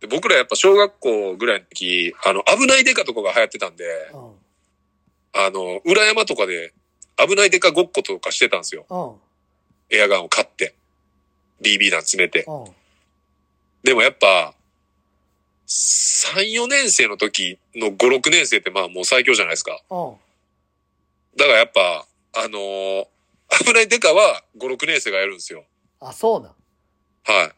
S2: で僕らやっぱ小学校ぐらいの時、あの、危ないデカとかが流行ってたんで、
S1: うん。うん。
S2: あの、裏山とかで危ないデカごっことかしてたんですよ。
S1: うん。
S2: エアガンを買って。BB 弾詰めて。
S1: うん。
S2: でもやっぱ、3、4年生の時の5、6年生ってまあもう最強じゃないですか。
S1: うん。
S2: だからやっぱ、あのー危ないデカは5、6年生がやるんですよ。
S1: あ、そうなん。
S2: はい。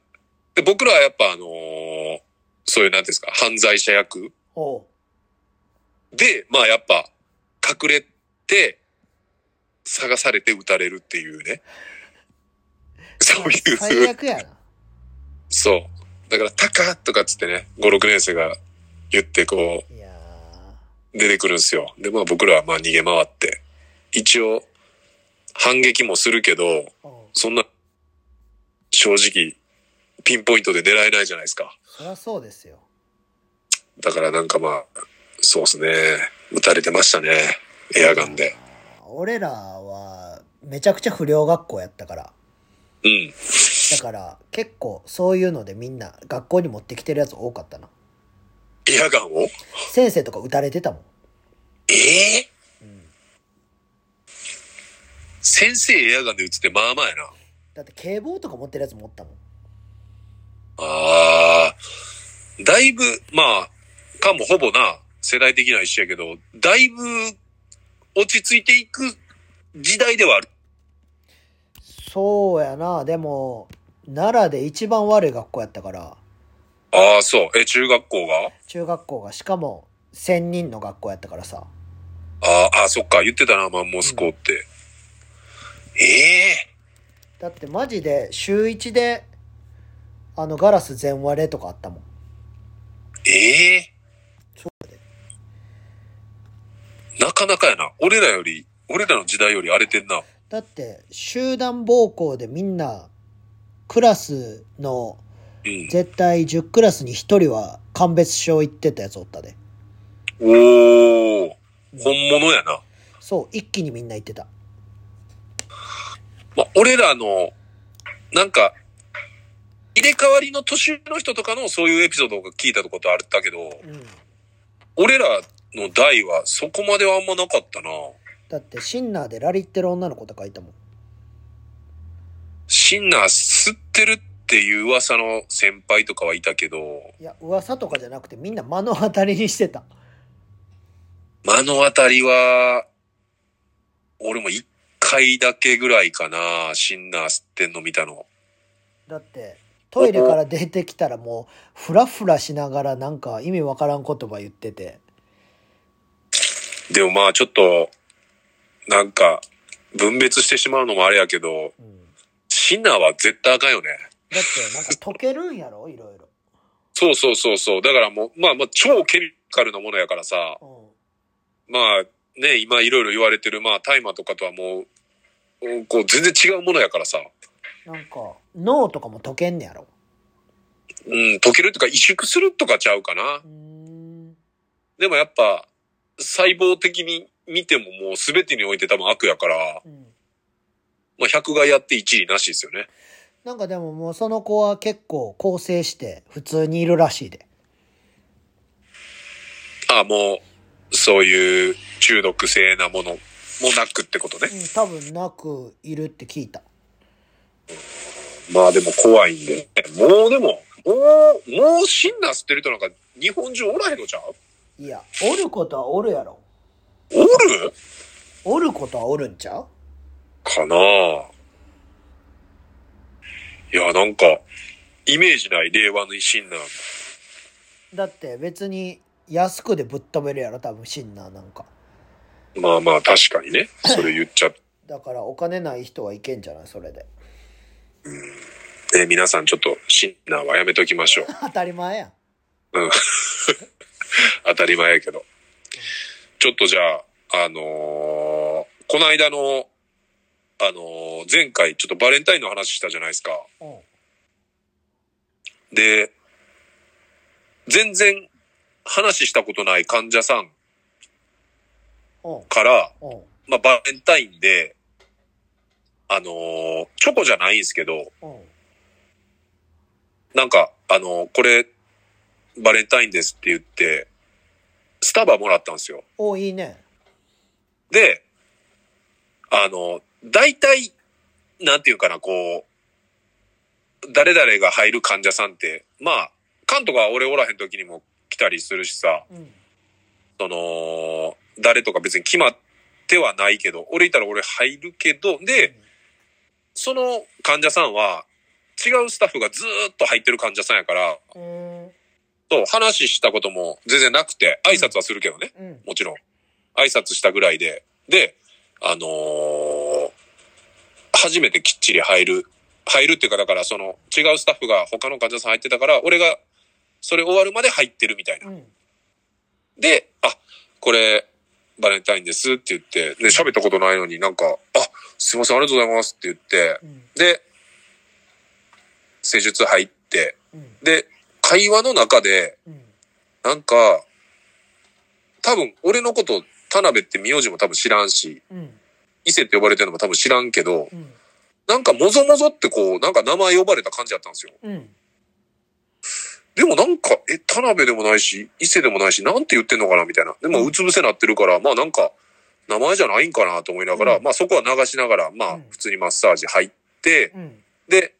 S2: で、僕らはやっぱあのーそういうなんていうんですか、犯罪者役
S1: おう。
S2: で、まあやっぱ、隠れて、探されて撃たれるっていうね。そういう。
S1: 最悪やな。
S2: そう。だから、タカとかっつってね、5、6年生が言ってこ
S1: いや
S2: う、出てくるんですよ。で、まあ僕らはまあ逃げ回って。一応、反撃もするけど、
S1: ー。おう
S2: そんな、正直、ピンポイントで狙えないじゃないですか。
S1: そりゃそうですよ。
S2: だからなんかまあ、そうですね。撃たれてましたね。エアガンで。
S1: あー俺らは、めちゃくちゃ不良学校やったから。
S2: うん。
S1: だから、結構そういうのでみんな学校に持ってきてるやつ多かったな。
S2: エアガンを
S1: 先生とか撃たれてたもん。
S2: ええ
S1: うん、
S2: 先生エアガンで撃つってまあまあやな。
S1: だって警棒とか持ってるやつ持ったもん。
S2: ああ、だいぶ、まあ、かもほぼな、世代的な一緒やけど、だいぶ落ち着いていく時代ではある。
S1: そうやな。でも、奈良で一番悪い学校やったから、
S2: ああ、そう。え、中学校が
S1: 中学校が、しかも、千人の学校やったからさ。
S2: あーあー、そっか。言ってたな、マンモス校って。ええ
S1: だってマジで、週一で、あの、ガラス全割れとかあったもん。
S2: ええなかなかやな。俺らより、俺らの時代より荒れてんな。
S1: だって、集団暴行でみんな、クラスの、
S2: うん。
S1: 絶対10クラスに1人は鑑別所行ってたやつおったで。
S2: おお本物やな。
S1: そう、一気にみんな行ってた。
S2: まあ、俺らの、なんか、入れ替わりの年上の人とかのそういうエピソードが聞いたことあったけど、
S1: うん。
S2: 俺らの代はそこまではあんまなかったな。
S1: だって、シンナーでラリってる女の子とかいたもん。
S2: シンナー吸ってるっていう噂の先輩とかはいたけど、
S1: いや、噂とかじゃなくてみんな目の当たりにしてた。
S2: 目の当たりは、俺も一回だけぐらいかな、シンナー吸ってんの見たの。
S1: だって、トイレから出てきたらもう、フラフラしながらなんか意味わからん言葉言ってて。
S2: でもまあちょっと、なんか、分別してしまうのもあれやけど、
S1: うん。だ
S2: シンナーは絶対あかんよね。
S1: って、なんか溶けるんやろいろいろ。
S2: そうそうそうそう。だからもう、まあまあ、超ケミカルなものやからさ、
S1: う
S2: まあね、今いろいろ言われてる、まあ大麻とかとはもう、うんこう全然違うものやからさ、
S1: ん。なんか、脳とかも溶けんねやろ。
S2: うん、溶けるとか萎縮するとかちゃうかな
S1: う。ーん。
S2: でもやっぱ、細胞的に見てももう全てにおいて多分悪やから、
S1: うん。
S2: まあ100害やって一理なしですよね。
S1: なんかでももうその子は結構更生して普通にいるらしいで。
S2: ああ、もう、そういう中毒性なものもなくってことね
S1: う。ん、多分なくいるって聞いた。
S2: まあでも怖いんで、もうでも、もう、もうシンナー吸ってる人なんか日本中おらへんのじゃん
S1: いや、おることはおるやろ。
S2: おる
S1: おることはおるんちゃう
S2: かなあいや、なんか、イメージない、令和のシンナー。
S1: だって別に安くでぶっ飛べるやろ、多分シンナーなんか。
S2: まあまあ、確かにね。それ言っちゃっ
S1: だからお金ない人はいけんじゃないそれで。
S2: て、皆さんちょっとシンナーはやめときましょう。
S1: 当たり前やん。
S2: うん。当たり前やけど。ちょっとじゃあ、あのーこの間の、あのー前回ちょっとバレンタインの話したじゃないですか。
S1: うん。
S2: で、全然話したことない患者さん
S1: うん。
S2: から、
S1: うん。
S2: まあ、バレンタインで、あのーチョコじゃないんですけど、
S1: うん。
S2: なんか、あのーこれ、バレンタインですって言って、スタバもらったんですよ。
S1: お、いいね。
S2: で、あのー大体、なんていうかな、こう、誰々が入る患者さんって、まあ、関東が俺おらへん時にも来たりするしさ、
S1: うん。
S2: その、誰とか別に決まっってはないけど、俺いたら俺入るけど、で、その患者さんは、違うスタッフがずーっと入ってる患者さんやから、
S1: うん。
S2: そう、話したことも全然なくて、挨拶はするけどね。
S1: うん。
S2: もちろん。挨拶したぐらいで。で、あのー初めてきっちり入る。入るっていうか、だからその違うスタッフが他の患者さん入ってたから、俺がそれ終わるまで入ってるみたいな
S1: う。ん。
S2: で、あ、これ、バレンタインですって言って、で、喋ったことないのになんか、あ、すいません、ありがとうございますって言って、
S1: うん。
S2: で、施術入って、
S1: うん。
S2: で、会話の中で、
S1: うん。
S2: なんか、多分、俺のこと、田辺って名字も多分知らんし、
S1: うん。
S2: 伊勢って呼ばれてるのも多分知らんけど、
S1: うん。
S2: なんかもぞもぞってこう、なんか名前呼ばれた感じだったんですよ。
S1: うん。
S2: でもなんか、え、田辺でもないし、伊勢でもないし、なんて言ってんのかなみたいな。でも、うつ伏せなってるから、まあなんか、名前じゃないんかなと思いながら、
S1: うん
S2: まあそこは流しながら、ま
S1: う
S2: あ
S1: ん
S2: 普通にマッサージ入って、
S1: うん。
S2: で、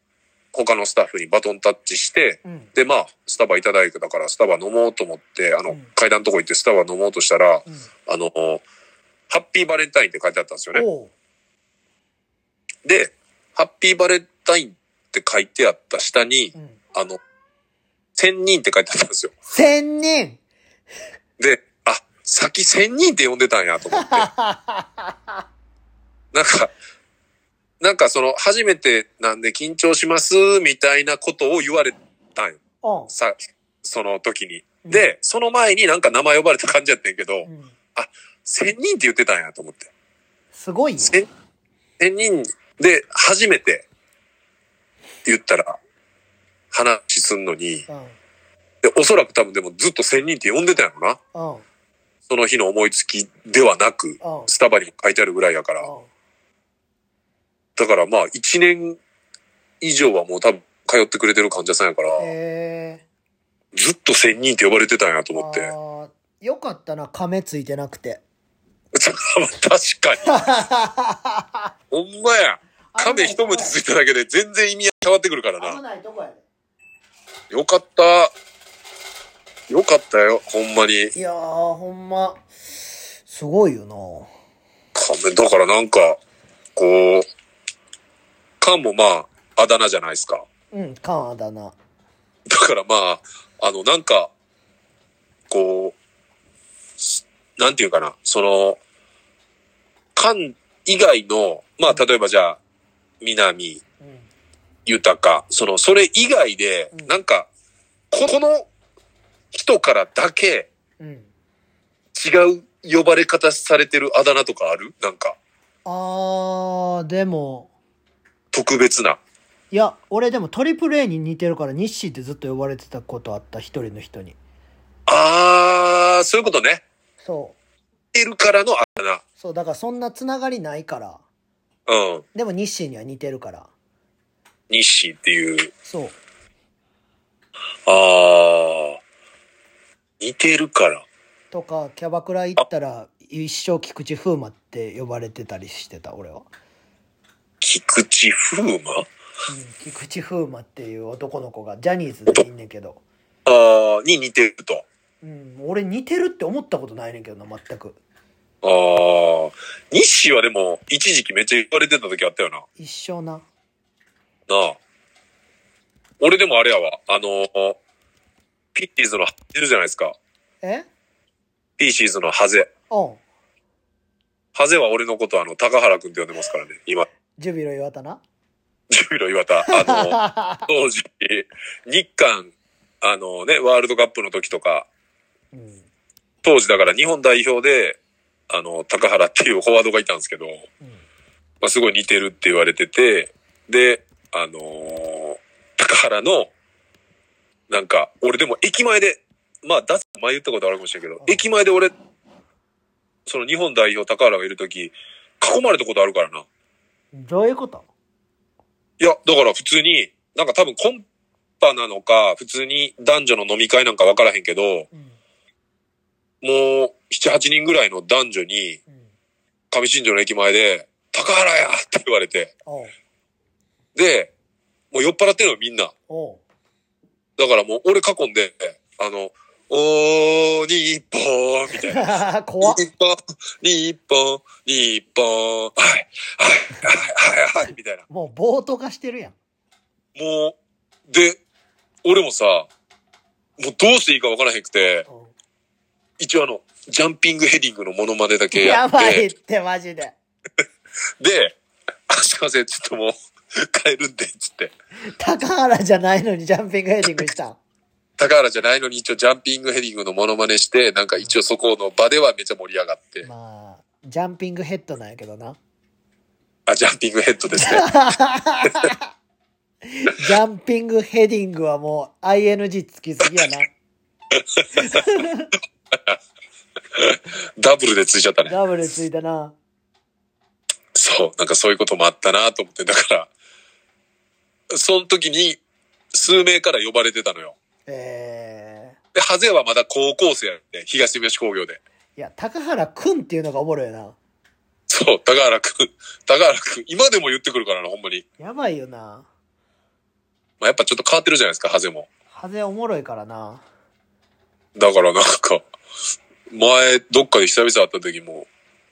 S2: 他のスタッフにバトンタッチして、
S1: うん。
S2: で、まあ、スタバいただいてたから、スタバ飲もうと思って、あの、
S1: うん
S2: 階段のとこ行ってスタバ飲もうとしたら、
S1: うん。
S2: あの、ハッピーバレンタインって書いてあったんですよね。
S1: おう。
S2: で、ハッピーバレンタインって書いてあった下に
S1: う、ん。
S2: あの、千人って書いてあったんですよ。
S1: 千人
S2: で、あ、先千人って呼んでたん やと思って。
S1: はははは
S2: なんか、なんかその、初めてなんで緊張します、みたいなことを言われたんよ。
S1: おう。
S2: さ、その時に。
S1: うん
S2: で、その前になんか名前呼ばれた感じやってんけど
S1: う、ん。
S2: 千人って言ってたんやと思って。
S1: すごいよ。
S2: 千、千人で初めて言ったら話すんのに、
S1: うん。
S2: で、おそらく多分でもずっと千人って呼んでたんやろな。
S1: うん。
S2: その日の思いつきではなく、
S1: うん。
S2: スタバにも書いてあるぐらいやから。だからまあ一年以上はもう多分通ってくれてる患者さんやから、
S1: ええ
S2: ずっと千人って呼ばれてたんやと
S1: ー。
S2: 思って。 まあ
S1: あーよかったな、亀ついてなくて。
S2: 確かに。ほんまや。亀一文字ついただけで全然意味変わってくるから
S1: 危
S2: な。
S1: ないとこやで。
S2: よかった。よかったよ。ほんまに。
S1: いやー、ほんま、すごいよな。
S2: 亀、だからなんか、こう、カンもまあ、あだ名じゃないですか。
S1: うん、カンアだな。
S2: だからまあ、あの、なんか、こう、なんていうかな、その、缶以外の、まあ、例えばじゃあ、南、
S1: うん。
S2: 豊か、その、それ以外で
S1: う、ん
S2: なんか、ここの人からだけ
S1: うん。
S2: 違う呼ばれ方されてるあだ名とかあるなんか、
S1: あー、でも、
S2: 特別な。
S1: いや、俺でもトリプル A に似てるから、ニッシーってずっと呼ばれてたことあった、一人の人に。
S2: あー、そういうことね。
S1: そう。
S2: いるからのあだ
S1: そう、だからそんなつながりないから。
S2: 名。うん。
S1: でもニッシーには似てるから。
S2: 日誌っていう。
S1: そう。
S2: ああ、似てるから。
S1: とか、キャバクラ行ったら、一生菊池風磨って呼ばれてたりしてた、俺は。
S2: 菊池風磨
S1: うん、菊池風磨っていう男の子が、ジャニーズでいんねんけど。
S2: ああ、に似てると。
S1: うん、俺似てるって思ったことないねんけどな、全く。
S2: ああ、西はでも、一時期めっちゃ言われてた時あったよな。
S1: 一生な。
S2: なあ。俺でもあれやわ、あのーピッティーズのハゼいるじゃないですか。
S1: え
S2: ピーシーズのハゼ。
S1: うん。
S2: ハゼは俺のことあの、高原くんって呼んでますからね。今、
S1: ジュビロ岩田な。
S2: ジュビロ岩田。あの、当時、日韓、あのね、ワールドカップの時とか、
S1: うん。
S2: 当時だから日本代表で、あの、高原っていうフォワードがいたんですけど、
S1: うん。
S2: まあ、すごい似てるって言われてて、で、あのー高原の、なんか、俺でも駅前で、まあ、だつ前言ったことあるかもしれんけど、駅前で俺、その日本代表高原がいるとき、囲まれたことあるからな。い
S1: どういうこと
S2: や、だから普通に、なんか多分コンパなのか、普通に男女の飲み会なんかわからへんけど、
S1: うん。
S2: もう、7、8人ぐらいの男女に、
S1: うん。
S2: 上新庄の駅前で、高原やって言われて。
S1: おう。
S2: で、もう酔っ払ってるのよみんな。
S1: おう。
S2: だからもう俺囲んで、あの、おー、日本みたいな。
S1: 怖っ。
S2: 日本、日本、日本、はい、はい、はい、はい、はい、みたいな。
S1: もう暴徒化してるやん。
S2: もう、で、俺もさ、もうどうしていいかわからへんくて、一応あの、ジャンピングヘディングのモノマネだけや
S1: や
S2: って、
S1: ばいって、マジで。
S2: で、 あ、すいません、ちょっともう、 帰るんで、つって。
S1: 高原じゃないのにジャンピングヘディングしたん。
S2: 高原じゃないのに一応ジャンピングヘディングのモノマネして、なんか一応そこの場ではめっちゃ盛り上がって、
S1: まあ、ジャンピングヘッドなんやけどな。
S2: あ、ジャンピングヘッド ですね。
S1: ジャンピングヘディングはもう ING つきすぎやな。
S2: ダブルでついちゃったね。
S1: ダブルついたな。
S2: そう、なんかそういうこともあったなと思って、だから、その時に数名から呼ばれてたのよ。
S1: え
S2: で、ハゼはまだ高校生やって、東三好工業で。
S1: ー、いや、高原くんっていうのがおもろいな。
S2: そう、高原くん、高原くん、今でも言ってくるからな、ほんまに。
S1: やばいよな。
S2: まあ、やっぱちょっと変わってるじゃないですか、ハゼも。
S1: ハゼおもろいからな。
S2: だからなんか、前、どっかで久々会った時も、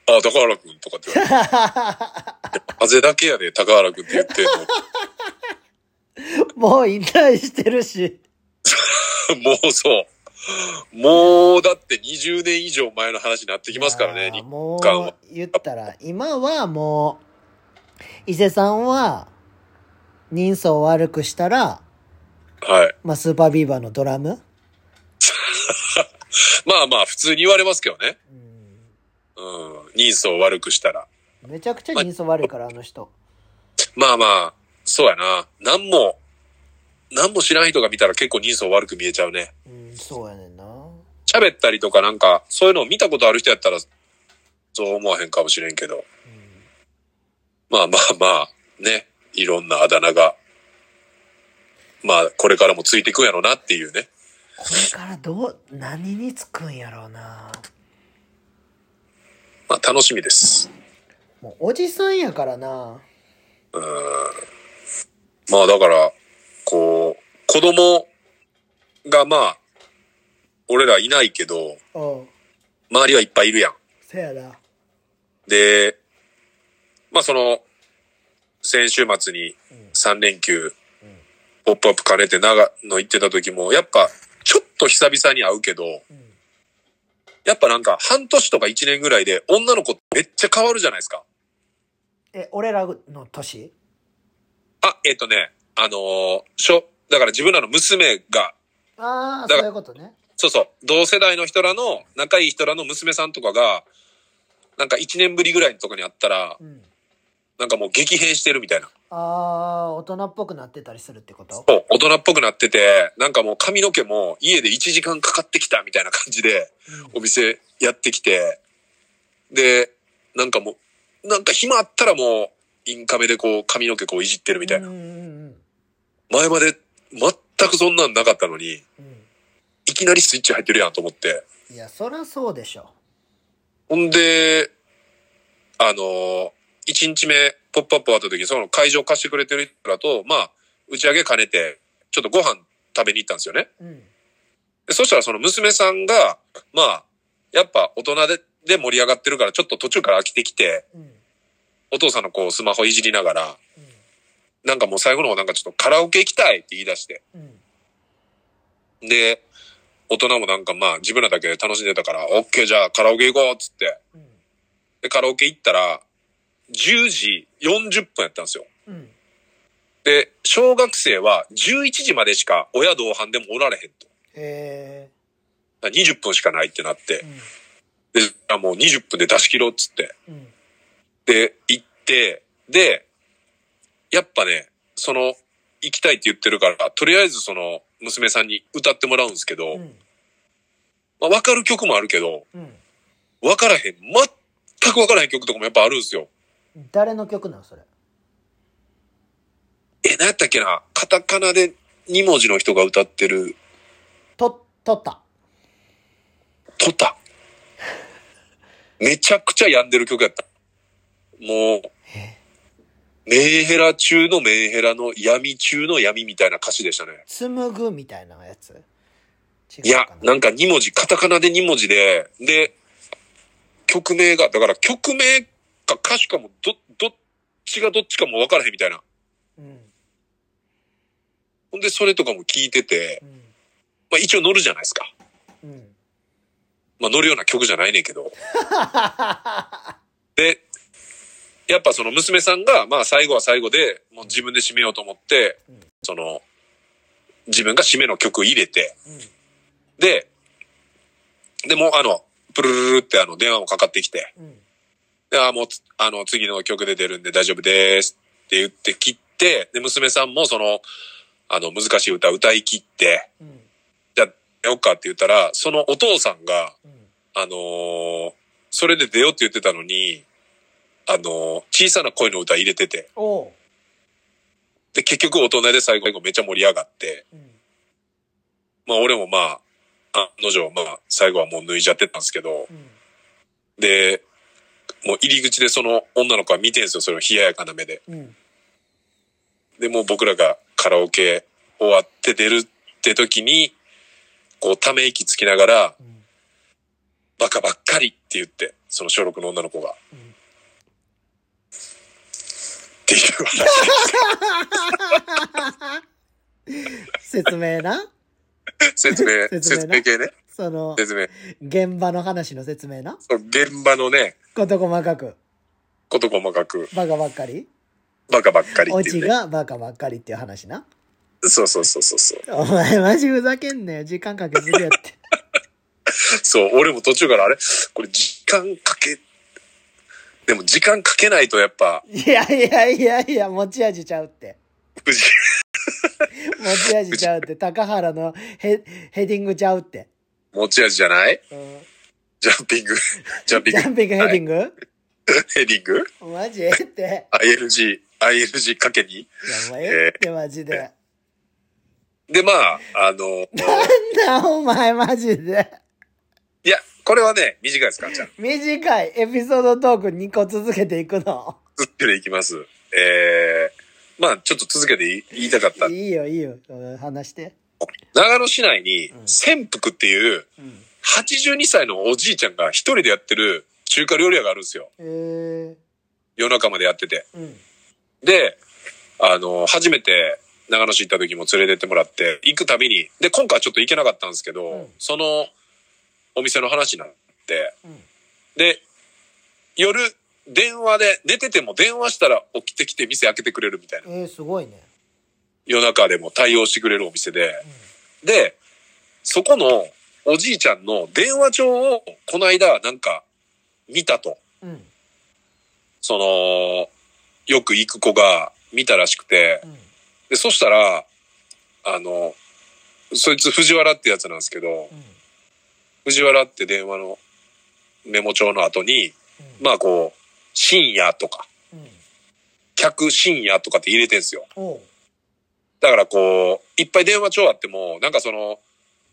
S2: あ、高原くんとかって言われて。 ハゼだけやで、高原くんって言ってん
S1: もう引退してるし。
S2: の。もうそう。もう、だって20年以上前の話になってきますからね、
S1: いやー
S2: 日
S1: も
S2: 韓は
S1: う、言ったら、今はもう、伊勢さんは、人相を悪くしたら、
S2: はい。
S1: まあ、スーパービーバーのドラム、
S2: まあまあ、普通に言われますけどね。
S1: う
S2: うん。人相を悪くしたら。
S1: ん、めちゃくちゃ人相悪いから、あの人。
S2: まあまあ、そうやな。何も、何も知らん人が見たら結構人相悪く見えちゃうね。
S1: うん、そうやねんな。
S2: 喋ったりとかなんか、そういうのを見たことある人やったら、そう思わへんかもしれんけど。まあまあまあ、ね。いろんなあだ名が、まあ、これからもついていくんやろうなっていうね。
S1: これからどう、何につくんやろうな。
S2: まあ、楽しみです。
S1: もう、おじさんやからな。
S2: まあだから、こう、子供がまあ、俺らいないけど、
S1: うん、
S2: 周りはいっぱいいるやん。
S1: せやな。
S2: で、まあその、先週末に3連休、ポップアップ兼ねて長野行ってた時も、やっぱちょっと久々に会うけど、
S1: うん、
S2: やっぱなんか半年とか1年ぐらいで女の子めっちゃ変わるじゃないですか。
S1: え、俺らの年
S2: あ、えっ、とね、あのーしょ、だから自分らの娘が、
S1: ああ、そ
S2: だから
S1: ういうことね。
S2: そうそう、同世代の人らの、仲いい人らの娘さんとかが、なんか1年ぶりぐらいのとこに会ったら
S1: う、ん。
S2: なんかもう激変してるみたいな。
S1: ああ、大人っぽくなってたりするってこと
S2: そう大人っぽくなってて、なんかもう髪の毛も家で1時間かかってきたみたいな感じで、お店やってきて、で、なんかもう、なんか暇あったらもう、インカメでこう髪の毛こういじってるみたいな。
S1: うんうんうん
S2: 前まで全くそんなんなかったのに、
S1: うんうん
S2: いきなりスイッチ入ってるやんと思って。
S1: いや、そらそうでしょ。
S2: ほんで、あのー、1日目、ポップアップ終わった時に、その会場貸してくれてる人らと、まあ、打ち上げ兼ねて、ちょっとご飯食べに行ったんですよね。
S1: うん。
S2: でそしたらその娘さんが、まあ、やっぱ大人でで盛り上がってるから、ちょっと途中から飽きてきて、
S1: うん。うん。
S2: お父さんのこうスマホいじりながら、なんかもう最後の方なんかちょっとカラオケ行きたいって言い出して。
S1: うん。
S2: で、大人もなんかまあ自分らだけで楽しんでたから、オッケーじゃあカラオケ行こうっつって。
S1: うん。
S2: で、カラオケ行ったら、10時40分やったんですよ。
S1: うん。
S2: で、小学生は11時までしか親同伴でもおられへんと。
S1: え
S2: だから20分しかないってなって
S1: ー。。
S2: で、あもう20分で出し切ろうっつって。
S1: うん。うん。
S2: で、行って、で、やっぱね、その、行きたいって言ってるから、とりあえずその、娘さんに歌ってもらうんですけど、
S1: うん。
S2: まあ、わかる曲もあるけど、
S1: うん。
S2: わからへん、全くわからへん曲とかもやっぱあるんですよ。
S1: 誰の曲なのそれ。
S2: え、何やったっけなカタカナで2文字の人が歌ってる、
S1: と、とった。
S2: トタ。めちゃくちゃ病んでる曲やった。もう、メンヘラ中のメンヘラの闇中の闇みたいな歌詞でしたね。
S1: 紡ぐみたいなやつ。違
S2: いや
S1: うか、な。
S2: なんか2文字、カタカナで2文字で、で、曲名が、だから曲名か歌手かも、ど、どっちがどっちかも分からへんみたいな。
S1: うん。
S2: ほんで、それとかも聞いてて、
S1: うん。
S2: まあ一応乗るじゃないですか。
S1: うん。
S2: まあ乗るような曲じゃないね んけど。で、やっぱその娘さんが、まあ最後は最後で、もう自分で締めようと思って
S1: うん、
S2: その、自分が締めの曲入れて、で、でもうあの、プルルルルってあの電話もかかってきて、
S1: うん。うん。
S2: で、あ、もうつ、あの、次の曲で出るんで大丈夫ですって言って切って、で、娘さんもその、あの、難しい歌歌い切って、
S1: うん。
S2: じゃあ出よっかって言ったら、そのお父さんが、
S1: うん。
S2: あのーそれで出ようって言ってたのに、あのー小さな声の歌入れてて、
S1: おう。
S2: で、結局大人で最後、最後めっちゃ盛り上がって、
S1: うん。
S2: まあ俺もまあ、案の定、まあ最後はもう脱いじゃってたんですけど、
S1: うん。
S2: で、もう入り口でその女の子は見てんすよ、それを冷ややかな目で。
S1: うん。
S2: で、もう僕らがカラオケ終わって出るって時に、こう、ため息つきながら、
S1: うん。
S2: バカばっかりって言って、その小6の女の子が。
S1: うん
S2: っていう 話。
S1: 説明な。
S2: 説明、
S1: 説明
S2: 説
S1: な
S2: 明系ね。
S1: その、
S2: 説明。
S1: 現場の話の説明な。
S2: そう現場のね、
S1: 事細かく。
S2: こと細かく、
S1: バカばっかり。
S2: バカばっかり
S1: オ
S2: って
S1: チ
S2: いうね。
S1: がバカばっかりっていう話な。
S2: そうそうそうそうそう。
S1: お前マジふざけんなよ。時間かけすぎやって。
S2: そう、俺も途中からあれこれ時間かけ、でも時間かけないとやっぱ、
S1: いやいやいやいや、持ち味ちゃうって。
S2: 藤井
S1: 持ち味ちゃうって。高原のヘヘディングちゃうって。
S2: 持ち味じゃない
S1: うん
S2: ジャンピング、ジャンピン
S1: ジ
S2: グ、
S1: ャンピングヘディング、
S2: ヘディング
S1: マジええって。いや、
S2: ?ILG、ILG かけに
S1: もうええってマジで。
S2: で、まあ、あの、
S1: なんだお前マジで。
S2: いや、これはね、短いですから、じゃあ、
S1: 短いエピソードトーク2個続けていくの。
S2: 続けていきます。えー、まあ、ちょっと続けてい言いたかった。
S1: いいよいいよ。うん話して。
S2: 長野市内に
S1: う、ん
S2: 潜伏っていう、
S1: うん、
S2: 82歳のおじいちゃんが一人でやってる中華料理屋があるんですよ。
S1: え
S2: 夜中までやってて。
S1: ー、うん。
S2: で、あの、初めて、長野市行った時も連れてってもらって、行くたびに、で、今回はちょっと行けなかったんですけど、
S1: うん
S2: その、お店の話になって、
S1: うん
S2: で、夜、電話で、寝てても電話したら起きてきて店開けてくれるみたいな。
S1: えー、すごいね。
S2: 夜中でも対応してくれるお店で。で、そこのおじいちゃんの電話帳をこの間なんか見たと。
S1: うん。うん。
S2: その、よく行く子が見たらしくて。
S1: うん。
S2: で、そしたら、あの、そいつ藤原ってやつなんですけど、
S1: うん。
S2: 藤原って電話のメモ帳の後に、
S1: うん。
S2: まあこう、深夜とか、
S1: うん。
S2: 客深夜とかって入れてんすよ。
S1: おう。
S2: だからこう、いっぱい電話帳あっても、なんかその、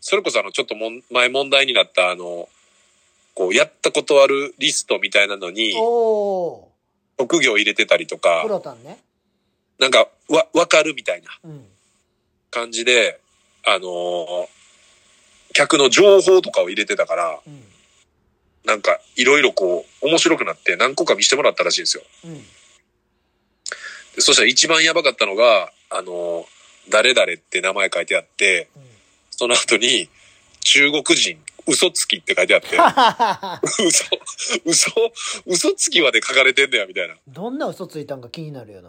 S2: それこそあの、ちょっともん前問題になったあの、こう、やったことあるリストみたいなのに、
S1: おう。
S2: 職業入れてたりと
S1: プ
S2: か、
S1: ロタンね。
S2: なんか、わ、わかるみたいな
S1: うん。
S2: 感じで、あのー客の情報とかを入れてたから、
S1: うん。
S2: なんか、いろいろこう、面白くなって何個か見せてもらったらしいんですよ。
S1: うん。
S2: でそしたら一番やばかったのが、あのー誰々って名前書いてあって、
S1: うん。
S2: その後に、中国人、嘘つきって書いてあって、嘘、嘘、嘘つきまで書かれてんねや、みたいな。
S1: どんな嘘ついたんか気になるよな。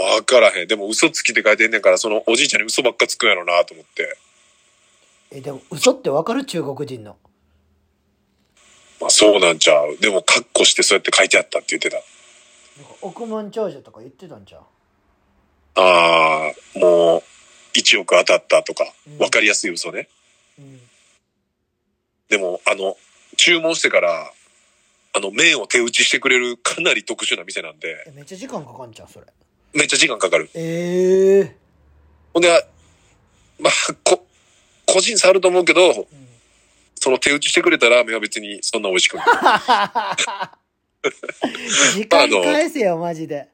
S2: わからへん。でも嘘つきって書いてんねんから、そのおじいちゃんに嘘ばっかつくんやろな、と思って。
S1: え、でも嘘ってわかる中国人の。
S2: まあそうなんちゃう。でも、カッコしてそうやって書いてあったって言ってた。
S1: なんか億万長者とか言ってたんちゃう
S2: ああ、もう、1億当たったとか
S1: うん、
S2: わかりやすい嘘ね。
S1: うん。
S2: でも、あの、注文してから、あの、麺を手打ちしてくれるかなり特殊な店なんで、
S1: え、めっちゃ時間かかんちゃうそれ。
S2: めっちゃ時間かかる。
S1: ええ
S2: ほんで、まあ、こ、個人差あると思うけど、
S1: うん。
S2: その手打ちしてくれたラーメンは別にそんな美味しくない。
S1: 時間返せよ、マジで。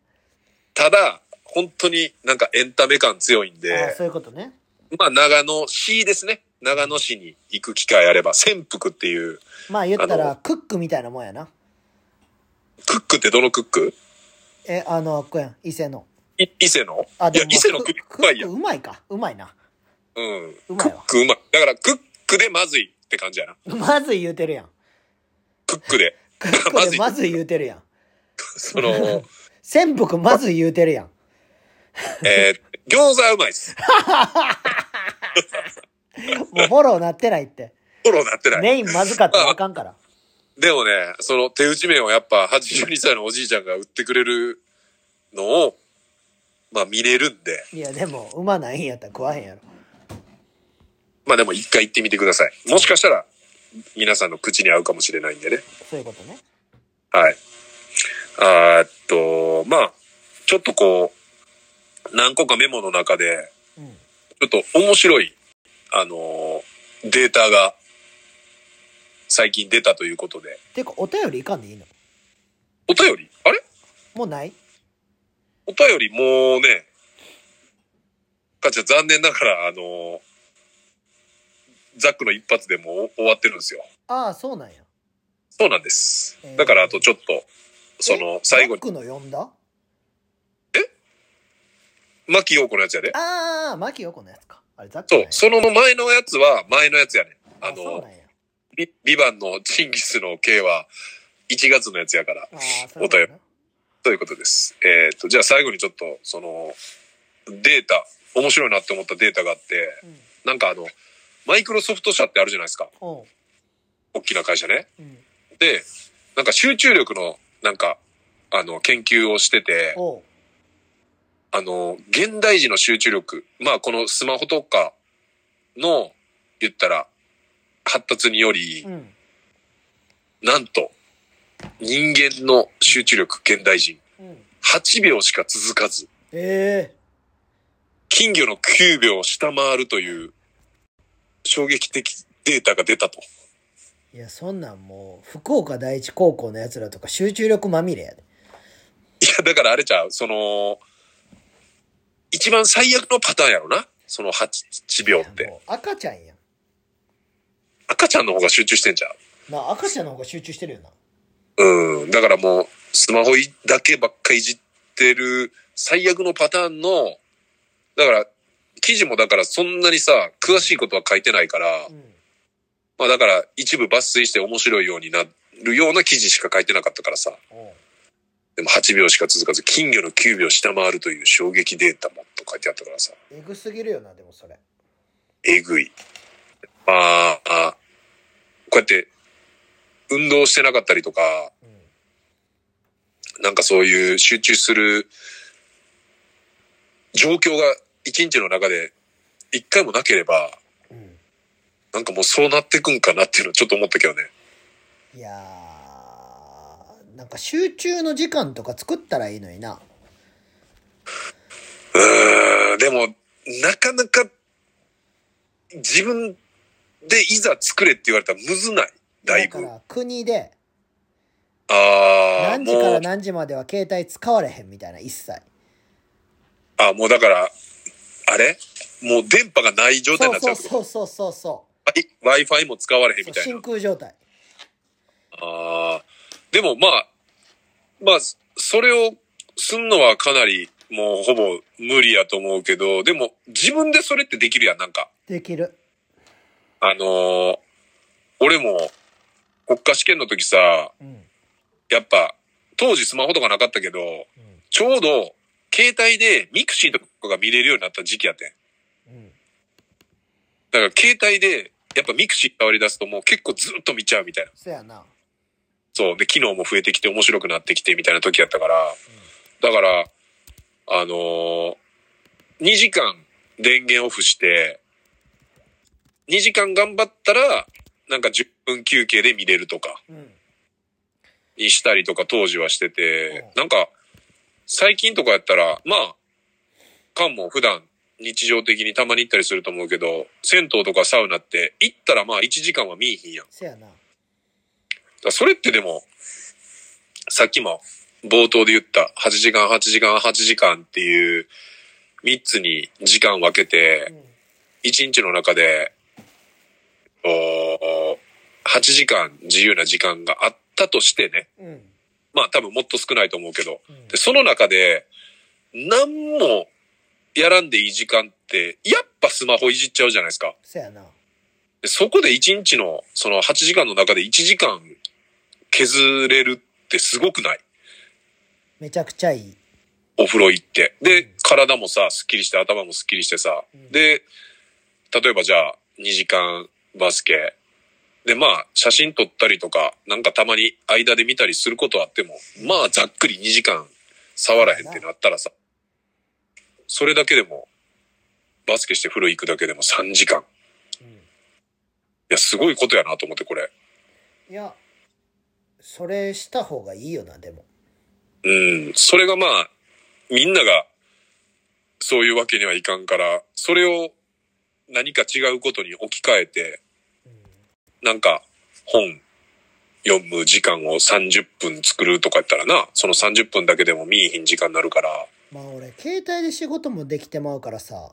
S2: ただ、本当になんかエンタメ感強いん
S1: あ
S2: で、
S1: そういうことね。
S2: まあ長野 C ですね。長野市に行く機会あれば、潜伏っていう、
S1: まあ言った
S2: あ
S1: ら
S2: の、
S1: クックみたいなもんやな。
S2: クックってどのクック
S1: え、あの、こうやん、伊勢の。
S2: い伊勢の
S1: あ、
S2: いや、伊勢の
S1: まあ
S2: クッ
S1: ク
S2: クはいいや。
S1: クックうまいか。うまいな。
S2: う。
S1: うんま
S2: ク
S1: い
S2: ッ
S1: わ
S2: クうまい。だから、クックでまずいって感じやな。
S1: まずい言うてるやん。
S2: クックで。
S1: クッ
S2: ま
S1: ク
S2: ず
S1: で
S2: い
S1: まずい言うてるやん。
S2: その、
S1: 潜伏まずい言うてるやん。
S2: えー、餃子はうまいっす。
S1: もうフォローなってないって。
S2: フォローなってない。
S1: メインまずかったらあかんから。
S2: でもね、その手打ち麺をやっぱ82歳のおじいちゃんが売ってくれるのを、まあ見れるんで、
S1: いや、でも、うまないんやったら食わへんやろ。
S2: まあでも一回行ってみてください。もしかしたら、皆さんの口に合うかもしれないんでね。
S1: そういうことね。
S2: はい。あーっと、まあ、ちょっとこう、何個かメモの中で、
S1: うん。
S2: ちょっと面白い、あのーデータが、最近出たということで。
S1: ていうか、お便りいかんでいいの
S2: お便りあれ
S1: もうない
S2: お便りもうね、かっちゃん残念ながら、あのーザックの一発でもう終わってるんですよ。
S1: ああ、そうなんや。
S2: そうなんです
S1: えー。
S2: だからあとちょっと、その、最
S1: マ
S2: 後に
S1: ッ、クの読んだ
S2: 牧陽子のやつやで。
S1: ああ、マキヨコのやつか。あれ、ザック
S2: そ
S1: なん
S2: う
S1: や、
S2: その前のやつは前のやつやね。あ
S1: あそう
S2: の
S1: な、んや。
S2: ビビバンのチンギスの刑は1月のやつやから、
S1: ああ、そういうこと
S2: お便
S1: な
S2: ということです。えっ、と、じゃあ最後にちょっと、その、データ、面白いなって思ったデータがあって、
S1: うん。
S2: なんかあの、マイクロソフト社ってあるじゃないですか。
S1: おう。
S2: 大きな会社ね。
S1: うん。
S2: で、なんか集中力の、なんか、あの、研究をしてて、
S1: おう。
S2: あの、現代人の集中力、まあこのスマホとかの、言ったら、発達により
S1: う、ん。
S2: なんと、人間の集中力、現代人、
S1: うん。
S2: 8秒しか続かず、
S1: ええ
S2: 金魚の9秒を下回るという、衝撃的データが出たと。
S1: いや、そんなんもう、福岡第一高校のやつらとか集中力まみれやで。
S2: いや、だからあれちゃう、その、一番最悪のパターンやろな。その 8, 秒って。
S1: もう赤ちゃんやん。
S2: 赤ちゃんの方が集中してんじゃん。
S1: な、赤ちゃんの方が集中してるよな。
S2: うん。だからもう、スマホだけばっかいじってる最悪のパターンの、だから、記事もだからそんなにさ、詳しいことは書いてないから、
S1: うん。
S2: まあだから一部抜粋して面白いようになるような記事しか書いてなかったからさ、
S1: おう。
S2: でも8秒しか続かず金魚の9秒下回るという衝撃データもと書いてあったからさ、
S1: えぐすぎるよな、でもそれ。
S2: えぐい。まあ、あこうやって運動してなかったりとか、
S1: うん。
S2: なんかそういう集中する状況が一日の中で一回もなければ、
S1: うん。
S2: なんかもうそうなってくんかなっていうのはちょっと思ったけどね。
S1: いやー、なんか集中の時間とか作ったらいいのにな。
S2: うーん、でも、なかなか自分でいざ作れって言われたらむずない。だい
S1: だ
S2: ぶ
S1: か。ら国で
S2: ああ、
S1: 何時か
S2: も
S1: ら
S2: う、
S1: 何時までは携帯使われへんみたいな、一切。
S2: あもうだから、あれもう電波がない状態に
S1: そ
S2: な
S1: う
S2: っちゃ
S1: そうう
S2: ってこと
S1: そうそうそうそ
S2: Wi- ?Wi-Fi も使われへん
S1: う。
S2: みたいな
S1: 真。空状態。
S2: ああ、でもまあ、まあ、それをすんのはかなりもうほぼ無理やと思うけど、でも自分でそれってできるやん、なんか。
S1: できる。
S2: あのー俺も国家試験の時さ、
S1: うん。
S2: やっぱ当時スマホとかなかったけど、
S1: うん。
S2: ちょうど携帯でミクシーとかが見れるようになった時期やってん。
S1: うん。
S2: だから携帯でやっぱミクシー触り出すともう結構ずっと見ちゃうみたいな。
S1: そやな。
S2: そう。で、機能も増えてきて面白くなってきてみたいな時やったから、だから、あのー、2時間電源オフして、2時間頑張ったら、なんか10分休憩で見れるとか、
S1: うん。
S2: にしたりとか当時はしてて、なんか、最近とかやったら、まあ、カンも普段日常的にたまに行ったりすると思うけど、銭湯とかサウナって行ったらまあ1時間は見いひんやん。だか
S1: そやな。
S2: らそれってでも、さっきも冒頭で言った8時間、8時間、8時間っていう3つに時間分け
S1: う
S2: て、
S1: ん。
S2: 1日の中でお8時間自由な時間があったとしてね、
S1: うん。
S2: まあ多分もっと少ないと思うけど、
S1: うん
S2: で、その中で、何もやらんでいい時間って、やっぱスマホいじっちゃうじゃないですか。
S1: そやな。
S2: でそこで1日の、その8時間の中で1時間削れるってすごくない
S1: めちゃくちゃいい。
S2: お風呂行って。で、体もさ、スッキリして、頭もスッキリしてさ
S1: う。ん
S2: で、例えばじゃあ、2時間バスケ。で、まあ、写真撮ったりとか、なんかたまに間で見たりすることはあっても、まあ、ざっくり2時間触らへんってなったらさ、それだけでも、バスケして風呂行くだけでも3時間。
S1: うん。
S2: いや、すごいことやなと思って、これ。
S1: いや、それした方がいいよな、でも。
S2: うん、それがまあ、みんなが、そういうわけにはいかんから、それを何か違うことに置き換えて、なんか、本読む時間を30分作るとかやったらな、その30分だけでも見えひん時間になるから、
S1: まあ俺、携帯で仕事もできてまうからさ。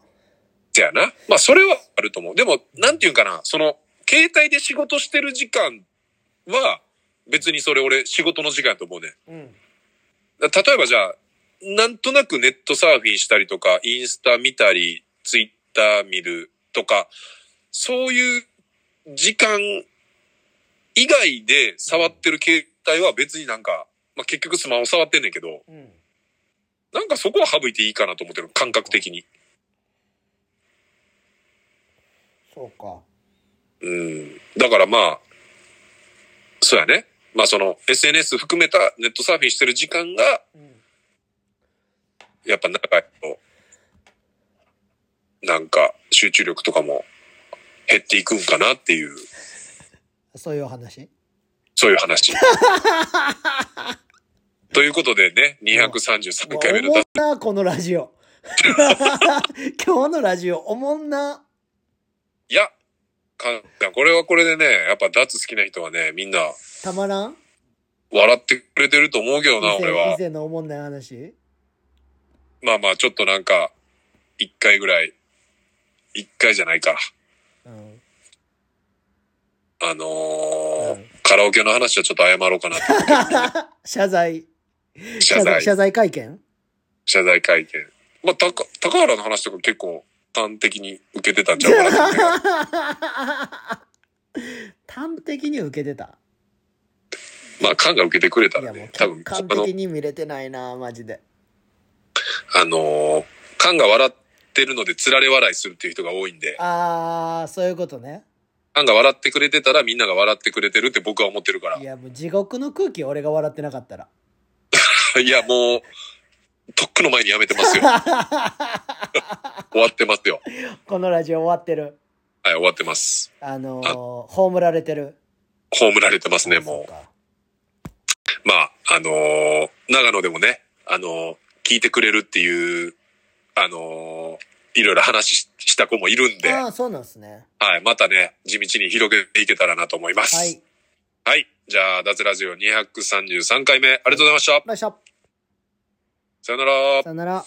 S2: てやな。まあ、それはあると思う。でも、なんていうんかな、その、携帯で仕事してる時間は、別にそれ俺仕事の時間やと思うね。
S1: うん。
S2: だ例えばじゃあ、なんとなくネットサーフィンしたりとか、インスタ見たり、ツイッター見るとか、そういう時間以外で触ってる携帯は別になんか、まあ、結局スマホ触ってんねんけど、
S1: うん。
S2: なんかそこは省いていいかなと思ってる、感覚的に。
S1: そうか。
S2: うん。だからまあ、そうやね。まあその SNS 含めたネットサーフィンしてる時間が、
S1: うん。
S2: やっぱ長いと、なんか集中力とかも減っていくんかなっていう、
S1: そういうお話
S2: そうい う話。ということでね、233回目
S1: う
S2: の
S1: わ
S2: 脱
S1: おもんな、このラジ オ。今日のラジオ、おもんな。
S2: いや、かこれはこれでね、やっぱ脱好きな人はね、みんな
S1: たまらん
S2: 笑ってくれてると思うけど
S1: 以
S2: な、
S1: 前
S2: 俺は
S1: 以。前のおもんない話
S2: まあまあ、ちょっとなんか、一回ぐらい、一回じゃないか。
S1: うん。
S2: あのー
S1: うん
S2: カラオケの話はちょっと謝ろうかな と思って
S1: 謝罪。
S2: る。謝罪。
S1: 謝罪会見
S2: 謝罪会見。まあ、たか高原の話とか結構端的に受けてたんちゃうかな と思うけど
S1: 端的に受けてた。
S2: まあ、カンが受けてくれた
S1: い
S2: ら
S1: やもう
S2: ね、多分、
S1: 完
S2: あの
S1: 璧、に見れてないな、マジで。
S2: あのー、カンが笑ってるので、つられ笑いするっていう人が多いんで、
S1: あー、そういうことね。
S2: カンが笑ってくれてたらみんなが笑ってくれてるって僕は思ってるから。
S1: い
S2: い
S1: や、もう地獄の空気、俺が笑ってなかったら。
S2: や、もう、とっくの前にやめて ますよ。終わってますよ。
S1: このラジオ終わってる。
S2: はい、終わってます。
S1: あのー、葬られてる。
S2: 葬られてますね、
S1: そ
S2: も
S1: うか
S2: う。まあ、あのー長野でもね、あのー聞いてくれるっていう、あのーいろいろ話しした子もいるんで。
S1: ああ、そうなんですね。
S2: はい、またね、地道に広げていけたらなと思います。
S1: は
S2: はい
S1: い。。
S2: じゃあ、脱ラジオ233回目、ありがとうございました。
S1: よいしょ。
S2: さよなら
S1: さ。よなら。